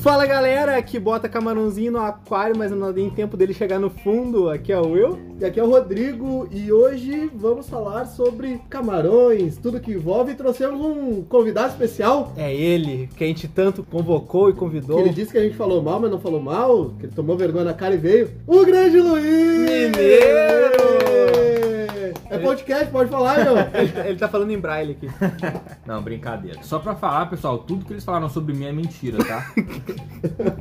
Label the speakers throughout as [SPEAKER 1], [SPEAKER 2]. [SPEAKER 1] Fala galera que bota camarãozinho no aquário, mas não tem tempo dele chegar no fundo. Aqui é o Will.
[SPEAKER 2] E aqui é o Rodrigo e hoje vamos falar sobre camarões, tudo que envolve. E trouxemos um convidado especial.
[SPEAKER 1] É ele que a gente tanto convocou e
[SPEAKER 2] Que
[SPEAKER 1] convidou.
[SPEAKER 2] ele disse que a gente falou mal, mas não falou mal, que ele tomou vergonha na cara e veio. O grande Luiz!
[SPEAKER 1] Mineiro!
[SPEAKER 2] É podcast, pode falar, meu.
[SPEAKER 1] Ele tá falando em braille aqui.
[SPEAKER 3] Não, brincadeira. Só pra falar, pessoal, tudo que eles falaram sobre mim é mentira, tá?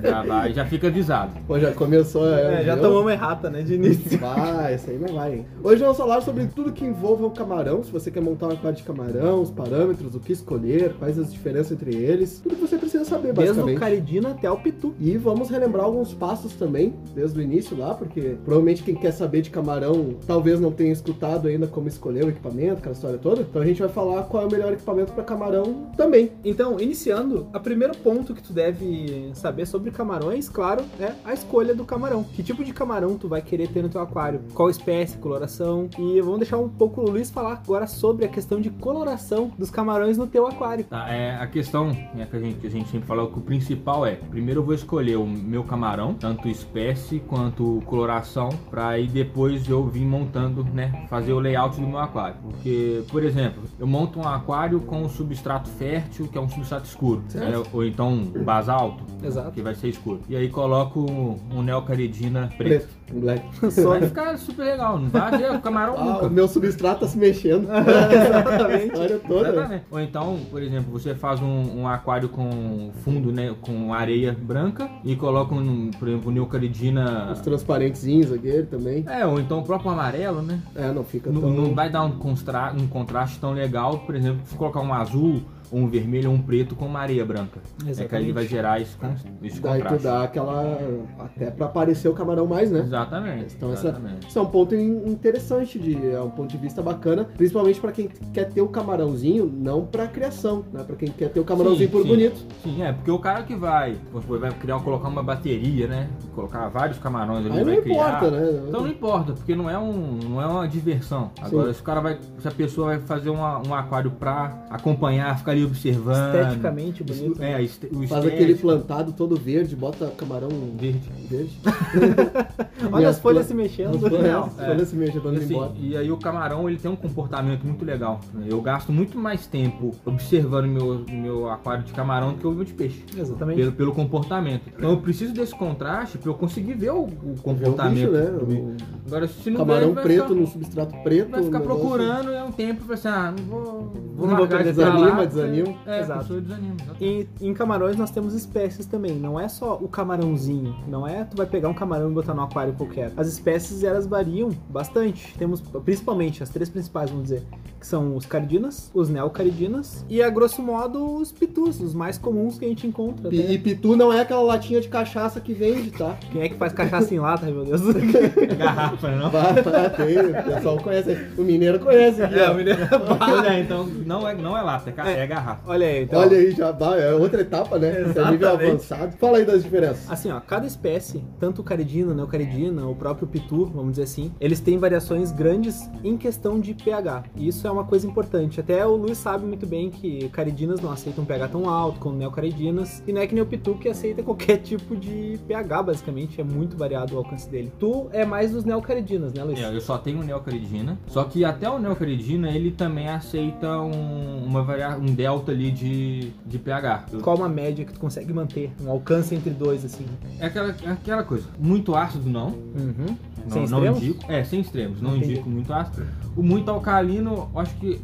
[SPEAKER 3] já, vai, já fica avisado.
[SPEAKER 2] Pô, já começou.
[SPEAKER 1] É, já
[SPEAKER 2] viu?
[SPEAKER 1] tomamos errata, né, de início.
[SPEAKER 2] Vai, isso aí não vai, hein? Hoje vamos falar sobre tudo que envolva o camarão. Se você quer montar uma aquário de camarão, os parâmetros, o que escolher, quais as diferenças entre eles. Tudo que você precisa saber,
[SPEAKER 1] Desde o
[SPEAKER 2] basicamente.
[SPEAKER 1] Caridino até o Pitu.
[SPEAKER 2] E vamos relembrar alguns passos também, desde o início lá, porque provavelmente quem quer saber de camarão talvez não tenha escutado ainda como escolher o equipamento, aquela história toda. Então a gente vai falar qual é o melhor equipamento para camarão também.
[SPEAKER 1] Então, iniciando, o primeiro ponto que tu deve saber sobre camarões, claro, é a escolha do camarão. Que tipo de camarão tu vai querer ter no teu aquário? Qual espécie, coloração? E vamos deixar um pouco o Luiz falar agora sobre a questão de coloração dos camarões no teu aquário.
[SPEAKER 3] Tá, é, a questão né, que a gente, a gente sempre fala que o principal é: primeiro eu vou escolher o meu camarão, tanto espécie quanto coloração, pra aí depois eu vir montando, né? Fazer o layout do meu aquário. Porque, por exemplo, eu monto um aquário com um substrato fértil, que é um substrato escuro,
[SPEAKER 2] Certo.
[SPEAKER 3] né, ou então um basalto,
[SPEAKER 1] Exato.
[SPEAKER 3] que vai ser escuro. E aí coloco um neocaridina preto.
[SPEAKER 2] Preto, um black.
[SPEAKER 1] Só
[SPEAKER 3] Vai ficar super legal, não vai ver o camarão
[SPEAKER 2] Ah, o
[SPEAKER 3] nunca.
[SPEAKER 2] meu substrato tá se mexendo. a
[SPEAKER 1] exatamente.
[SPEAKER 2] história toda.
[SPEAKER 3] Exatamente. Ou então, por exemplo, você faz um, um aquário com fundo, né, com areia branca e coloca, um, por exemplo, neocaridina...
[SPEAKER 2] Os transparentezinhos aqui também.
[SPEAKER 3] É, ou então o próprio amarelo, né?
[SPEAKER 2] É, não fica
[SPEAKER 3] Não,
[SPEAKER 2] tão...
[SPEAKER 3] não vai dar um, constra- um contraste tão legal, por exemplo, se colocar um azul, ou um vermelho, ou um preto com uma areia branca. É que aí
[SPEAKER 1] Exatamente.
[SPEAKER 3] vai gerar esse, con- esse
[SPEAKER 2] Daí tu
[SPEAKER 3] contraste.
[SPEAKER 2] dá aquela... Até pra aparecer o camarão mais, né?
[SPEAKER 3] Exatamente.
[SPEAKER 2] Então, essa-
[SPEAKER 3] exatamente.
[SPEAKER 2] Isso é um ponto in- interessante, de, é um ponto de vista bacana, principalmente pra quem quer ter o camarãozinho, não pra criação, né? Pra quem quer ter o camarãozinho
[SPEAKER 3] Sim,
[SPEAKER 2] por
[SPEAKER 3] sim.
[SPEAKER 2] bonito.
[SPEAKER 3] Sim, é, porque o cara que vai, vamos supor, vai criar, colocar uma bateria, né? Colocar vários camarões ali,
[SPEAKER 2] Aí não
[SPEAKER 3] vai criar.
[SPEAKER 2] importa, né?
[SPEAKER 3] Então não importa, porque não é, um, não é uma diversão. Agora, se o cara vai. Se a pessoa vai fazer uma- um aquário pra acompanhar, ficar ali observando.
[SPEAKER 1] Esteticamente bonito.
[SPEAKER 3] É, este- o
[SPEAKER 2] Faz
[SPEAKER 3] estético,
[SPEAKER 2] aquele plantado todo verde, bota camarão
[SPEAKER 3] verde.
[SPEAKER 2] verde.
[SPEAKER 1] Olha as
[SPEAKER 2] Minhas
[SPEAKER 1] folhas se
[SPEAKER 2] As
[SPEAKER 1] mexendo.
[SPEAKER 2] folhas-
[SPEAKER 3] Não,
[SPEAKER 2] as
[SPEAKER 3] é.
[SPEAKER 2] folhas se mexendo,
[SPEAKER 3] E,
[SPEAKER 2] dando
[SPEAKER 3] assim,
[SPEAKER 2] embora.
[SPEAKER 3] e aí o camarão ele tem um comportamento muito legal. Eu gasto muito mais tempo observando meu, meu aquário de camarão do que o meu de peixe.
[SPEAKER 1] Exatamente.
[SPEAKER 3] Pelo, pelo comportamento. Então eu preciso desse contraste pra eu conseguir ver o, o
[SPEAKER 2] É um
[SPEAKER 3] comportamento.
[SPEAKER 2] bicho,
[SPEAKER 3] do bicho.
[SPEAKER 2] né?
[SPEAKER 3] Agora, se
[SPEAKER 2] Um
[SPEAKER 3] não
[SPEAKER 2] camarão
[SPEAKER 3] der, ele vai
[SPEAKER 2] preto
[SPEAKER 3] ficar-
[SPEAKER 2] num substrato preto.
[SPEAKER 3] vai ficar
[SPEAKER 2] um negócio-
[SPEAKER 3] procurando é um tempo e assim, ah, não vou, vou
[SPEAKER 1] Não vou
[SPEAKER 3] largar
[SPEAKER 1] perder,
[SPEAKER 3] isso pra
[SPEAKER 2] desanima,
[SPEAKER 3] lá,
[SPEAKER 2] desanima.
[SPEAKER 3] porque- É,
[SPEAKER 1] Exato.
[SPEAKER 3] a pessoa desanima. exato.
[SPEAKER 1] E em camarões nós temos espécies também, não é só o camarãozinho, não é tu vai pegar um camarão e botar num aquário qualquer. As espécies elas variam bastante. Temos principalmente as três principais, vamos dizer, que são os caridinas, os neocaridinas e a grosso modo os pitus, os mais comuns que a gente encontra.
[SPEAKER 2] E,
[SPEAKER 1] né?
[SPEAKER 2] e pitu não é aquela latinha de cachaça que vende, tá?
[SPEAKER 1] Quem é que faz cachaça em lata, meu Deus?
[SPEAKER 3] Garrafa, não?
[SPEAKER 2] Vai, vai, tem, o pessoal conhece. O mineiro conhece
[SPEAKER 3] É,
[SPEAKER 2] aqui, ó.
[SPEAKER 3] Pois é, então não é, não é lata, é, ca- é garrafa.
[SPEAKER 1] Olha aí, então.
[SPEAKER 2] Olha aí, já dá, é outra etapa, né? Esse é nível
[SPEAKER 1] Exatamente.
[SPEAKER 2] avançado. Fala aí das diferenças.
[SPEAKER 1] Assim, ó, cada espécie, tanto o caridina, neocaridina, o próprio pitu, vamos dizer assim, eles têm variações grandes em questão de pH. E isso é uma coisa importante. Até o Luiz sabe muito bem que caridinas não aceitam um pH tão alto como neocaridinas. E não é que nem o pitu que aceita qualquer tipo de pH, basicamente. É muito variado o alcance dele. Tu é mais dos neocaridinas, né, Luiz?
[SPEAKER 3] É, Eu só tenho o neocaridina. Só que até o neocaridina ele também aceita um, uma varia, um delta ali de, de pH. Eu-
[SPEAKER 1] Qual uma média que tu consegue manter? Um alcance entre dois, assim.
[SPEAKER 3] É aquela, é aquela coisa. Muito ácido não.
[SPEAKER 1] Uhum.
[SPEAKER 3] Não,
[SPEAKER 1] Sem
[SPEAKER 3] não
[SPEAKER 1] extremos?
[SPEAKER 3] indico. É, sem extremos. Não
[SPEAKER 1] Entendi.
[SPEAKER 3] indico muito ácido. O muito alcalino, eu acho que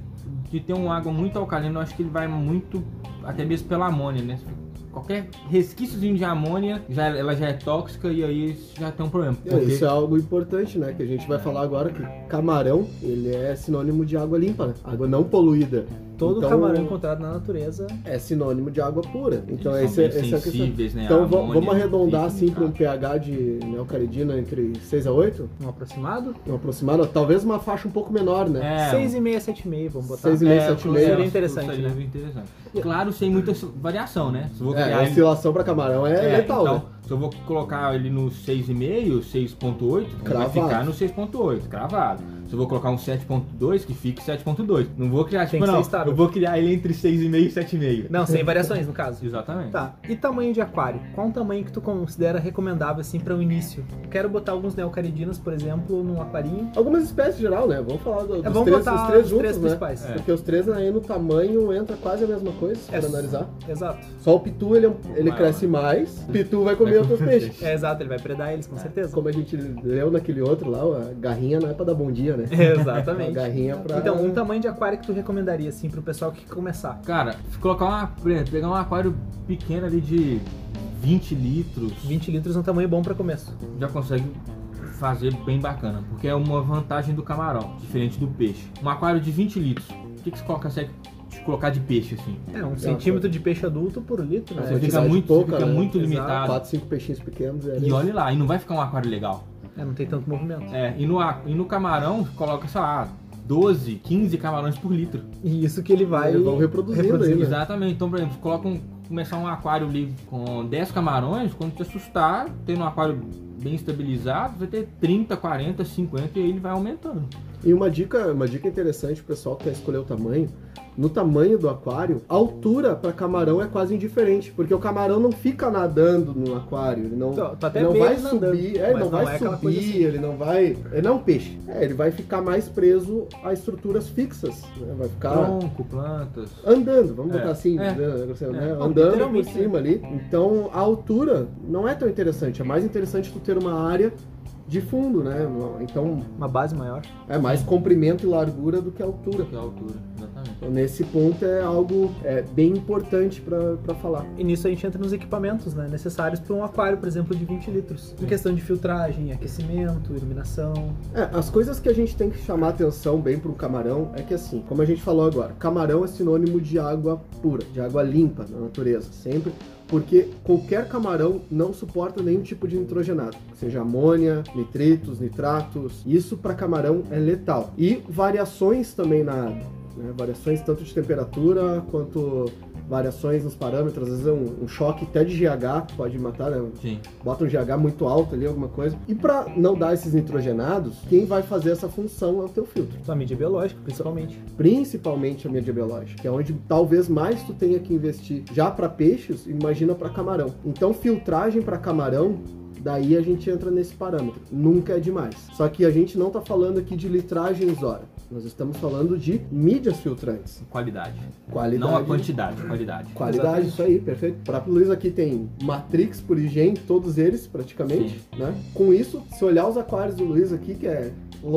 [SPEAKER 3] de ter uma água muito alcalina, eu acho que ele vai muito. Até mesmo pela amônia, né? Qualquer resquíciozinho de amônia, já, ela já é tóxica e aí já tem um problema.
[SPEAKER 2] É,
[SPEAKER 3] Porque-
[SPEAKER 2] Isso é algo importante, né? Que a gente vai falar agora que camarão, ele é sinônimo de água limpa, né? água não poluída.
[SPEAKER 1] Todo
[SPEAKER 2] Então,
[SPEAKER 1] camarão encontrado na natureza
[SPEAKER 2] É sinônimo de água pura.
[SPEAKER 3] Eles
[SPEAKER 2] Então
[SPEAKER 3] são
[SPEAKER 2] esse,
[SPEAKER 3] bem
[SPEAKER 2] essa é a questão.
[SPEAKER 3] sensíveis, né?
[SPEAKER 2] Então
[SPEAKER 3] A
[SPEAKER 2] va-
[SPEAKER 3] amônia,
[SPEAKER 2] vamos arredondar
[SPEAKER 3] enfim,
[SPEAKER 2] assim para um
[SPEAKER 3] tá.
[SPEAKER 2] pH de neocaridina entre 6 a 8,
[SPEAKER 1] um aproximado.
[SPEAKER 2] um aproximado, talvez uma faixa um pouco menor, né?
[SPEAKER 3] É,
[SPEAKER 1] 6,5, 7,5, vamos botar.
[SPEAKER 2] Seis e meio, sete e meio.
[SPEAKER 1] Seria interessante,
[SPEAKER 3] seria
[SPEAKER 1] né?
[SPEAKER 3] bem interessante. Claro, sem muita su- variação, né? Se eu vou
[SPEAKER 2] É,
[SPEAKER 3] criar-
[SPEAKER 2] oscilação para camarão é,
[SPEAKER 3] É,
[SPEAKER 2] letal,
[SPEAKER 3] então,
[SPEAKER 2] né?
[SPEAKER 3] se eu vou colocar ele no 6,5, 6,8, ele vai
[SPEAKER 2] Cravado.
[SPEAKER 3] ficar no 6,8, cravado. Se eu vou colocar um 7,2, que fique 7,2. Não vou criar,
[SPEAKER 1] Tem
[SPEAKER 3] tipo,
[SPEAKER 1] que ser
[SPEAKER 3] não,
[SPEAKER 1] estável.
[SPEAKER 3] eu vou criar ele entre 6,5 e 7,5.
[SPEAKER 1] Não, sem variações, no caso.
[SPEAKER 3] Exatamente.
[SPEAKER 1] Tá, e tamanho de aquário? Qual um tamanho que tu considera recomendável, assim, para o início? Eu quero botar alguns neocaridinos, por exemplo, num aquarinho.
[SPEAKER 2] Algumas espécies em geral, né? Vamos falar do- dos,
[SPEAKER 1] É, vamos
[SPEAKER 2] três,
[SPEAKER 1] botar
[SPEAKER 2] dos três
[SPEAKER 1] os
[SPEAKER 2] juntos,
[SPEAKER 1] três
[SPEAKER 2] né?
[SPEAKER 1] principais.
[SPEAKER 3] É.
[SPEAKER 2] Porque os três aí no tamanho entra quase a mesma coisa, se
[SPEAKER 1] É.
[SPEAKER 2] for analisar.
[SPEAKER 1] Exato.
[SPEAKER 2] Só o pitu ele, é um- ele
[SPEAKER 3] Maior.
[SPEAKER 2] cresce mais, o pitu vai comer outros peixes.
[SPEAKER 1] É, exato, ele vai predar eles, com certeza.
[SPEAKER 2] Como a gente leu naquele outro lá, a garrinha não é pra dar bom dia, né? A
[SPEAKER 1] Exatamente.
[SPEAKER 2] garrinha é pra.
[SPEAKER 1] Então, um tamanho de aquário que tu recomendaria, assim, pro pessoal que quer começar?
[SPEAKER 3] Cara, se colocar uma, por exemplo, pegar um aquário pequeno ali de 20 litros,
[SPEAKER 1] 20 litros é um tamanho bom para começo.
[SPEAKER 3] já consegue fazer bem bacana, porque é uma vantagem do camarão, diferente do peixe. Um aquário de 20 litros, o que, que você coloca- consegue colocar de peixe assim?
[SPEAKER 1] É, um centímetro de peixe adulto por litro,
[SPEAKER 2] É,
[SPEAKER 3] Você
[SPEAKER 1] né?
[SPEAKER 3] fica
[SPEAKER 2] quantidade
[SPEAKER 3] muito,
[SPEAKER 2] pouca,
[SPEAKER 3] fica
[SPEAKER 2] né?
[SPEAKER 3] muito
[SPEAKER 1] Exato.
[SPEAKER 3] limitado.
[SPEAKER 2] 4, 5 peixinhos pequenos. é
[SPEAKER 3] E
[SPEAKER 2] isso.
[SPEAKER 3] olhe lá, e não vai ficar um aquário legal.
[SPEAKER 1] É, não tem tanto movimento.
[SPEAKER 3] É, e no, a- e no camarão, coloca, sei lá, 12, 15 camarões por litro.
[SPEAKER 1] E isso que ele vai...
[SPEAKER 2] Eles vão reproduzindo
[SPEAKER 1] reproduzindo.
[SPEAKER 2] aí, né?
[SPEAKER 3] Exatamente. Então, por exemplo, coloca um, começar um aquário ali com 10 camarões, quando te assustar, tendo um aquário bem estabilizado, vai ter 30, 40, 50 e aí ele vai aumentando.
[SPEAKER 2] E uma dica, uma dica interessante pro pessoal que quer escolher o tamanho. No tamanho do aquário, a altura para camarão é quase indiferente, porque o camarão não fica nadando no aquário, ele não,
[SPEAKER 1] Tu, tu tá até
[SPEAKER 2] ele não
[SPEAKER 1] vê
[SPEAKER 2] vai
[SPEAKER 1] ele nadando,
[SPEAKER 2] subir, é, ele
[SPEAKER 1] mas
[SPEAKER 2] não vai
[SPEAKER 1] é aquela
[SPEAKER 2] subir,
[SPEAKER 1] coisa assim.
[SPEAKER 2] ele não vai, ele não é um peixe, é, ele vai ficar mais preso a estruturas fixas, né? vai ficar
[SPEAKER 3] Tronco, plantas.
[SPEAKER 2] andando, vamos
[SPEAKER 3] É,
[SPEAKER 2] botar assim,
[SPEAKER 3] é,
[SPEAKER 2] né, Marcelo, né?
[SPEAKER 3] é.
[SPEAKER 2] andando por
[SPEAKER 1] Literalmente,
[SPEAKER 2] cima ali. Então a altura não é tão interessante, é mais interessante tu ter uma área de fundo, né? Então
[SPEAKER 1] Uma base maior.
[SPEAKER 2] é mais comprimento e largura do que altura.
[SPEAKER 3] Que é a altura, exatamente.
[SPEAKER 2] Então, nesse ponto é algo é, bem importante pra pra falar.
[SPEAKER 1] E nisso a gente entra nos equipamentos né, necessários para um aquário, por exemplo, de 20 litros. Em
[SPEAKER 3] Sim.
[SPEAKER 1] questão de filtragem, aquecimento, iluminação.
[SPEAKER 2] É, as coisas que a gente tem que chamar atenção bem pro camarão é que assim, como a gente falou agora, camarão é sinônimo de água pura, de água limpa na natureza, sempre. Porque qualquer camarão não suporta nenhum tipo de nitrogenado, seja amônia, nitritos, nitratos. Isso para camarão é letal. E variações também na água, né? variações tanto de temperatura quanto variações nos parâmetros, às vezes é um, um choque até de GH pode matar, né?
[SPEAKER 3] Sim.
[SPEAKER 2] bota um GH muito alto ali, alguma coisa. E pra não dar esses nitrogenados, quem vai fazer essa função é o teu filtro.
[SPEAKER 1] Sua mídia biológica, principalmente.
[SPEAKER 2] Principalmente a mídia biológica, que é onde talvez mais tu tenha que investir já para peixes, imagina para camarão. Então, filtragem para camarão. Daí a gente entra nesse parâmetro. Nunca é demais. Só que a gente não tá falando aqui de litragens hora. Nós estamos falando de mídias filtrantes.
[SPEAKER 3] Qualidade.
[SPEAKER 2] Qualidade.
[SPEAKER 3] Não a quantidade, qualidade.
[SPEAKER 2] Qualidade,
[SPEAKER 1] Exatamente.
[SPEAKER 2] isso aí, perfeito. Para Luiz aqui tem Matrix, Purigen, todos eles praticamente, né? Com isso, se olhar os aquários do Luiz aqui, que é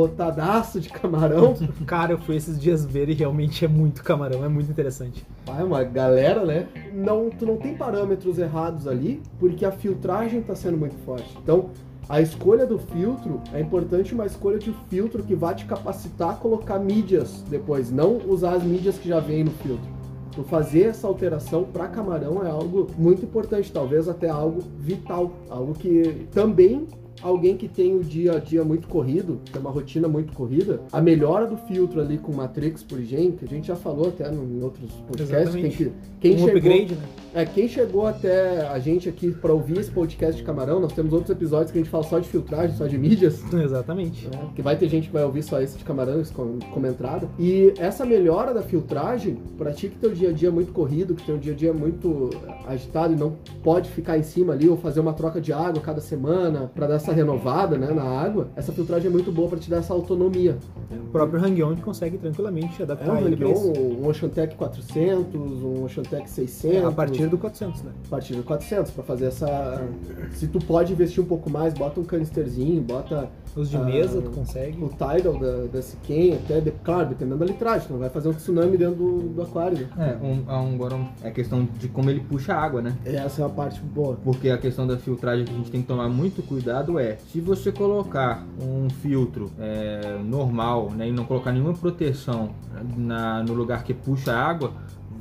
[SPEAKER 2] lotadaço de camarão,
[SPEAKER 1] Cara, eu fui esses dias ver e realmente é muito camarão, é muito interessante.
[SPEAKER 2] vai uma galera, né? Não, tu não tem parâmetros errados ali, porque a filtragem tá sendo muito forte. Então, a escolha do filtro é importante uma escolha de filtro que vai te capacitar a colocar mídias depois, não usar as mídias que já vem no filtro. Tu fazer essa alteração para camarão é algo muito importante, talvez até algo vital, algo que também alguém que tem o dia a dia muito corrido, tem uma rotina muito corrida, a melhora do filtro ali com Matrix por gen, que a gente já falou até no- em outros podcasts, quem,
[SPEAKER 1] Exatamente.
[SPEAKER 2] que- quem
[SPEAKER 1] um
[SPEAKER 2] chegou,
[SPEAKER 1] upgrade, né?
[SPEAKER 2] é, quem chegou até a gente aqui para ouvir esse podcast de camarão, nós temos outros episódios que a gente fala só de filtragem, só de mídias.
[SPEAKER 1] Exatamente.
[SPEAKER 2] É, que vai ter gente que vai ouvir só esse de camarão, esse com, como entrada. E essa melhora da filtragem, pra ti que teu dia a dia é muito corrido, que teu dia a dia é muito agitado e não pode ficar em cima ali ou fazer uma troca de água cada semana pra dar essa renovada né, na água, essa filtragem é muito boa pra te dar essa autonomia.
[SPEAKER 1] O próprio Hang-On a gente consegue tranquilamente
[SPEAKER 2] É
[SPEAKER 1] adaptar
[SPEAKER 2] um
[SPEAKER 1] ele pra isso.
[SPEAKER 2] Hang-On, um Oceantec 400, um Oceantec 600.
[SPEAKER 1] É, a partir do 400, né?
[SPEAKER 2] a partir do 400 pra fazer essa... Se tu pode investir um pouco mais, bota um canisterzinho, bota
[SPEAKER 1] Os de
[SPEAKER 2] Ah,
[SPEAKER 1] mesa, tu consegue.
[SPEAKER 2] o tidal da, da Siquem, até, de, claro, dependendo da litragem, tu não vai fazer um tsunami dentro do, do aquário. né?
[SPEAKER 3] É, um, é um- agora um- é questão de como ele puxa a água, né?
[SPEAKER 2] Essa é a parte boa.
[SPEAKER 3] Porque a questão da filtragem que a gente tem que tomar muito cuidado é se você colocar um filtro é, normal né, e não colocar nenhuma proteção na- no lugar que puxa água,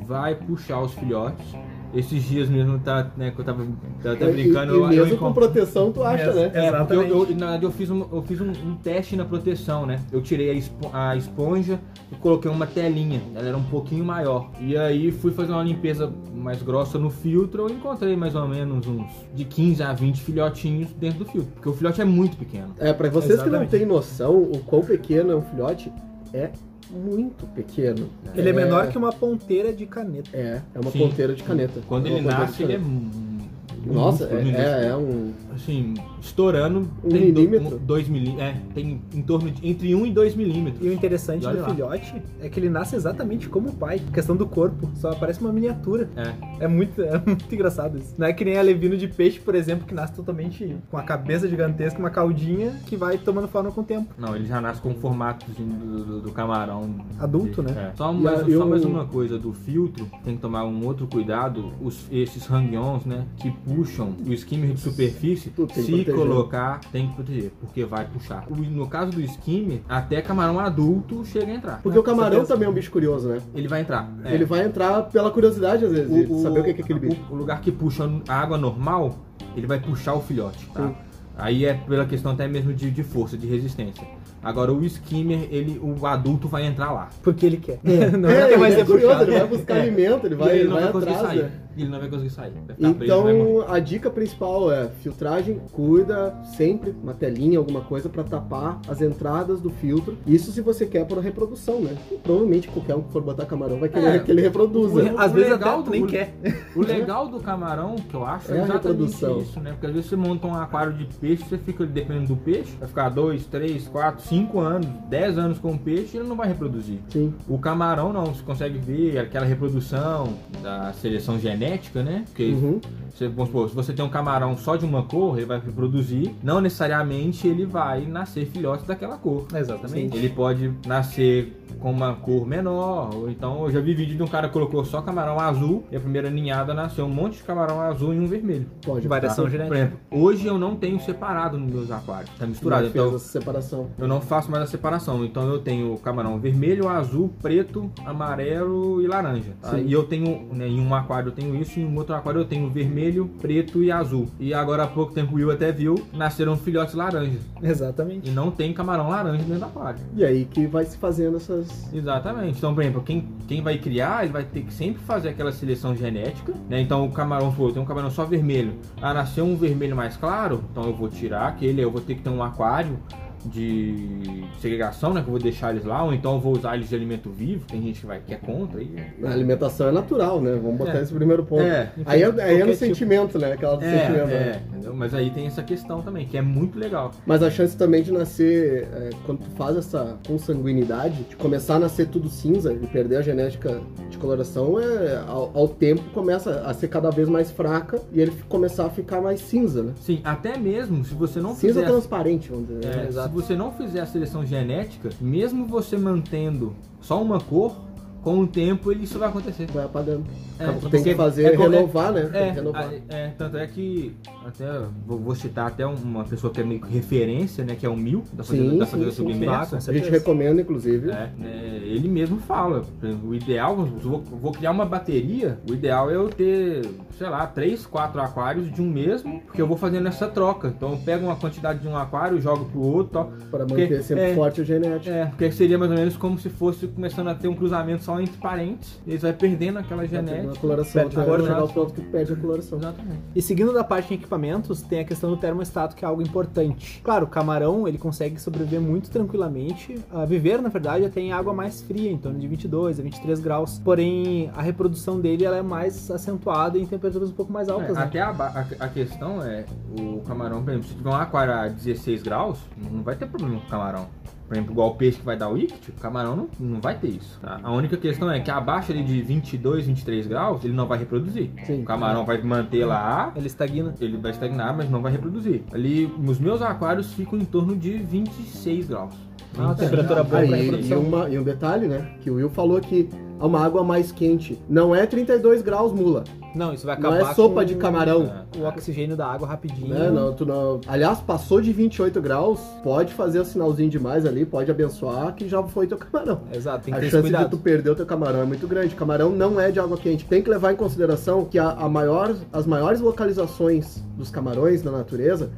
[SPEAKER 3] vai puxar os filhotes Esses dias mesmo, tá, né, que eu tava, tava até
[SPEAKER 2] É, E-
[SPEAKER 3] brincando,
[SPEAKER 2] e,
[SPEAKER 3] eu,
[SPEAKER 2] mesmo
[SPEAKER 3] eu
[SPEAKER 2] com
[SPEAKER 3] encontrei-
[SPEAKER 2] proteção, tu acha,
[SPEAKER 4] Ex-
[SPEAKER 2] né?
[SPEAKER 3] É, porque eu,
[SPEAKER 4] Exatamente.
[SPEAKER 3] eu, na verdade eu fiz, um, eu fiz um, um teste na proteção, né? Eu tirei a, espo- a esponja e coloquei uma telinha, ela era um pouquinho maior. E aí fui fazer uma limpeza mais grossa no filtro, eu encontrei mais ou menos uns de 15 a 20 filhotinhos dentro do filtro, porque o filhote é muito pequeno.
[SPEAKER 2] É, pra vocês que não
[SPEAKER 4] Exatamente.
[SPEAKER 2] têm noção, o quão pequeno é um filhote é muito pequeno.
[SPEAKER 1] Ele é menor que uma ponteira de caneta.
[SPEAKER 2] É, é uma
[SPEAKER 3] Sim.
[SPEAKER 2] ponteira de caneta.
[SPEAKER 3] Quando
[SPEAKER 2] É uma
[SPEAKER 3] ele
[SPEAKER 2] ponteira de
[SPEAKER 3] nasce, ele é
[SPEAKER 2] caneta.
[SPEAKER 3] um- um
[SPEAKER 2] Nossa,
[SPEAKER 3] músculo,
[SPEAKER 2] é,
[SPEAKER 3] né?
[SPEAKER 2] é, é um.
[SPEAKER 3] assim, estourando
[SPEAKER 2] Um
[SPEAKER 3] tem do-
[SPEAKER 2] milímetro?
[SPEAKER 3] um- dois milímetros, é, tem em torno de entre 1 e 2
[SPEAKER 1] E o
[SPEAKER 2] um
[SPEAKER 3] milímetros.
[SPEAKER 1] interessante
[SPEAKER 3] E olha
[SPEAKER 1] do
[SPEAKER 3] lá.
[SPEAKER 1] filhote é que ele nasce exatamente como o pai. Questão do corpo, só aparece uma miniatura.
[SPEAKER 3] É,
[SPEAKER 1] É muito, é muito engraçado isso. Não é que nem a levino de peixe, por exemplo, que nasce totalmente com a cabeça gigantesca, uma caldinha que vai tomando forma com o tempo.
[SPEAKER 3] não, ele já nasce com o formato assim, do, do- do camarão.
[SPEAKER 1] Adulto, né?
[SPEAKER 3] É. Só,
[SPEAKER 2] E
[SPEAKER 3] mais,
[SPEAKER 2] a-
[SPEAKER 3] só
[SPEAKER 2] eu-
[SPEAKER 3] mais uma coisa do filtro, tem que tomar um outro cuidado, os, esses hang-ons, né, que puxam o skimmer de superfície,
[SPEAKER 2] Tudo tem que
[SPEAKER 3] se
[SPEAKER 2] proteger.
[SPEAKER 3] colocar, tem que proteger, porque vai puxar. O- No caso do skimmer, até camarão adulto chega a entrar.
[SPEAKER 2] Porque o camarão
[SPEAKER 1] certeza.
[SPEAKER 2] também é um bicho curioso, né?
[SPEAKER 3] Ele vai entrar. é.
[SPEAKER 2] Ele vai entrar pela curiosidade, às vezes, de saber o que é, que é aquele bicho.
[SPEAKER 3] o- o lugar que puxa a água normal, ele vai puxar o filhote, tá?
[SPEAKER 2] Sim.
[SPEAKER 3] Aí é pela questão até mesmo de, de força, de resistência. Agora o skimmer, ele, o adulto vai entrar lá.
[SPEAKER 1] Porque ele quer. Não
[SPEAKER 2] é,
[SPEAKER 1] vai
[SPEAKER 2] ele
[SPEAKER 1] ser né?
[SPEAKER 2] é curioso,
[SPEAKER 1] puxado.
[SPEAKER 2] ele vai buscar
[SPEAKER 3] É.
[SPEAKER 2] alimento, ele
[SPEAKER 3] E
[SPEAKER 2] vai,
[SPEAKER 3] aí
[SPEAKER 2] ele
[SPEAKER 3] ele não
[SPEAKER 2] vai
[SPEAKER 3] conseguir
[SPEAKER 2] atrás.
[SPEAKER 3] sair.
[SPEAKER 2] né?
[SPEAKER 3] Ele não vai conseguir sair. Vai ficar preso, né, vai morrer.
[SPEAKER 2] Então, a dica principal é filtragem, cuida sempre, uma telinha, alguma coisa pra tapar as entradas do filtro. Isso se você quer para reprodução, né? E provavelmente qualquer um que for botar camarão vai querer
[SPEAKER 3] É.
[SPEAKER 2] que ele reproduza.
[SPEAKER 3] O-
[SPEAKER 1] Às
[SPEAKER 3] o
[SPEAKER 1] vezes
[SPEAKER 3] legal
[SPEAKER 1] até tu
[SPEAKER 3] do-
[SPEAKER 1] nem quer.
[SPEAKER 3] O legal do camarão, que eu acho,
[SPEAKER 2] né? É
[SPEAKER 3] é,
[SPEAKER 2] a
[SPEAKER 3] exatamente
[SPEAKER 2] reprodução.
[SPEAKER 3] isso, né? Porque às vezes você monta um aquário de peixe, você fica dependendo do peixe, vai ficar dois, três, quatro, cinco anos, dez anos com o peixe e ele não vai reproduzir.
[SPEAKER 2] Sim.
[SPEAKER 3] O camarão não, você consegue ver aquela reprodução da seleção genética, né? Porque
[SPEAKER 2] Uhum.
[SPEAKER 3] você, vamos supor, se você tem um camarão só de uma cor, ele vai reproduzir, não necessariamente ele vai nascer filhote daquela cor.
[SPEAKER 1] Exatamente.
[SPEAKER 3] Ele pode nascer com uma cor menor, ou então eu já vi vídeo de um cara que colocou só camarão azul e a primeira ninhada nasceu um monte de camarão azul e um vermelho. Tá?
[SPEAKER 2] Pode.
[SPEAKER 1] Variação
[SPEAKER 3] Por
[SPEAKER 1] genética.
[SPEAKER 3] exemplo, hoje eu não tenho separado nos meus aquários, tá misturado.
[SPEAKER 2] Não fez
[SPEAKER 3] Então
[SPEAKER 2] essa separação.
[SPEAKER 3] eu não faço mais a separação. Então eu tenho camarão vermelho, azul, preto, amarelo e laranja. tá?
[SPEAKER 2] Sim.
[SPEAKER 3] E eu tenho, né, em um aquário eu tenho isso, em um outro aquário eu tenho vermelho, preto e azul. E agora há pouco tempo o Will até viu, nasceram filhotes laranja.
[SPEAKER 1] Exatamente.
[SPEAKER 3] E não tem camarão laranja dentro do aquário.
[SPEAKER 2] E aí que vai se fazendo essas.
[SPEAKER 3] Exatamente. Então, por exemplo, quem, quem vai criar, ele vai ter que sempre fazer aquela seleção genética, né? Então, o camarão, pô, tem um camarão só vermelho. Ah, nasceu um vermelho mais claro, então eu vou tirar aquele, eu vou ter que ter um aquário de segregação, né? Que eu vou deixar eles lá, ou então eu vou usar eles de alimento vivo. Tem gente que vai que é contra aí. né?
[SPEAKER 2] A alimentação é natural, né? Vamos botar
[SPEAKER 3] É.
[SPEAKER 2] esse primeiro ponto.
[SPEAKER 3] É.
[SPEAKER 2] Aí é, aí é no
[SPEAKER 1] Qualquer tipo.
[SPEAKER 2] sentimento, né? Aquela do
[SPEAKER 3] É,
[SPEAKER 2] sentimento. né?
[SPEAKER 3] é, entendeu? Mas aí tem essa questão também, que é muito legal.
[SPEAKER 2] Mas a chance também de nascer, é, quando tu faz essa consanguinidade, de começar a nascer tudo cinza e perder a genética de coloração, é, ao, ao tempo começa a ser cada vez mais fraca e ele fi- começar a ficar mais cinza, né?
[SPEAKER 3] Sim, até mesmo se você não
[SPEAKER 2] cinza
[SPEAKER 3] fizer
[SPEAKER 2] transparente, vamos dizer.
[SPEAKER 3] É,
[SPEAKER 2] né?
[SPEAKER 3] se você não fizer a seleção genética, mesmo você mantendo só uma cor, com o tempo ele- isso vai acontecer.
[SPEAKER 2] Vai apagando.
[SPEAKER 3] É,
[SPEAKER 2] Então, tu tem
[SPEAKER 3] porque
[SPEAKER 2] que fazer,
[SPEAKER 3] é co-
[SPEAKER 2] renovar, né? Tem
[SPEAKER 3] É,
[SPEAKER 2] que renovar.
[SPEAKER 3] a- é, tanto é que até vou, vou citar até uma pessoa que é meio que referência, né? Que é o Mil, da Fazenda,
[SPEAKER 2] Sim,
[SPEAKER 3] da
[SPEAKER 2] sim,
[SPEAKER 3] fazenda
[SPEAKER 2] sim,
[SPEAKER 1] Ah, com
[SPEAKER 3] Submersa.
[SPEAKER 2] a gente
[SPEAKER 1] certeza.
[SPEAKER 2] recomenda, inclusive.
[SPEAKER 3] É, né, ele mesmo fala, por exemplo, o ideal, eu vou, eu vou criar uma bateria, o ideal é eu ter, sei lá, três, quatro aquários de um mesmo, porque eu vou fazendo essa troca. Então eu pego uma quantidade de um aquário, jogo pro outro, tal.
[SPEAKER 2] Para
[SPEAKER 3] Porque-
[SPEAKER 2] manter sempre
[SPEAKER 3] é.
[SPEAKER 2] forte a genética.
[SPEAKER 3] É, porque seria mais ou menos como se fosse começando a ter um cruzamento só entre parentes, e eles vai perdendo aquela
[SPEAKER 2] Vai perdendo
[SPEAKER 3] genética.
[SPEAKER 2] A coloração,
[SPEAKER 1] Perde
[SPEAKER 2] até
[SPEAKER 1] a coloração.
[SPEAKER 2] chegar ao ponto que perde a coloração.
[SPEAKER 3] Exatamente.
[SPEAKER 1] E seguindo da parte em equipamentos, tem a questão do termostato, que é algo importante. Claro, o camarão, ele consegue sobreviver muito tranquilamente, a viver, na verdade, até em água mais fria, em torno de 22 a 23 graus. Porém, a reprodução dele ela é mais acentuada em temperaturas um pouco mais
[SPEAKER 3] É,
[SPEAKER 1] altas, né?
[SPEAKER 3] até a, ba- a- a questão é, o camarão, por exemplo, se tiver um aquário a 16 graus, não vai ter problema com o camarão. Por exemplo, igual o peixe que vai dar o wicket, o camarão não, não vai ter isso. tá? A única questão é que abaixo ali de 22, 23 graus, ele não vai reproduzir.
[SPEAKER 2] Sim.
[SPEAKER 3] O camarão vai manter lá,
[SPEAKER 1] Ele estagna.
[SPEAKER 3] ele vai estagnar, mas não vai reproduzir. Ali, os meus aquários ficam em torno de 26 graus.
[SPEAKER 1] Ah,
[SPEAKER 3] 26
[SPEAKER 1] temperatura
[SPEAKER 3] graus.
[SPEAKER 1] boa Tá pra
[SPEAKER 2] Aí, e,
[SPEAKER 1] reprodução.
[SPEAKER 2] uma- e um detalhe, né? Que o Will falou aqui. a uma água mais quente. Não é 32 graus, mula.
[SPEAKER 1] Não, isso vai
[SPEAKER 2] Não
[SPEAKER 1] acabar
[SPEAKER 2] é sopa
[SPEAKER 1] com um, né?
[SPEAKER 2] de camarão.
[SPEAKER 1] o oxigênio da água rapidinho.
[SPEAKER 2] Né? Não, tu não- Aliás, passou de 28 graus, pode fazer o sinalzinho demais ali, pode abençoar que já foi teu camarão.
[SPEAKER 1] Exato, tem que
[SPEAKER 2] a
[SPEAKER 1] ter esse
[SPEAKER 2] chance de
[SPEAKER 1] cuidado.
[SPEAKER 2] tu perder o teu camarão é muito grande. Camarão não é de água quente. Tem que levar em consideração que a, a maior, as maiores localizações dos camarões na natureza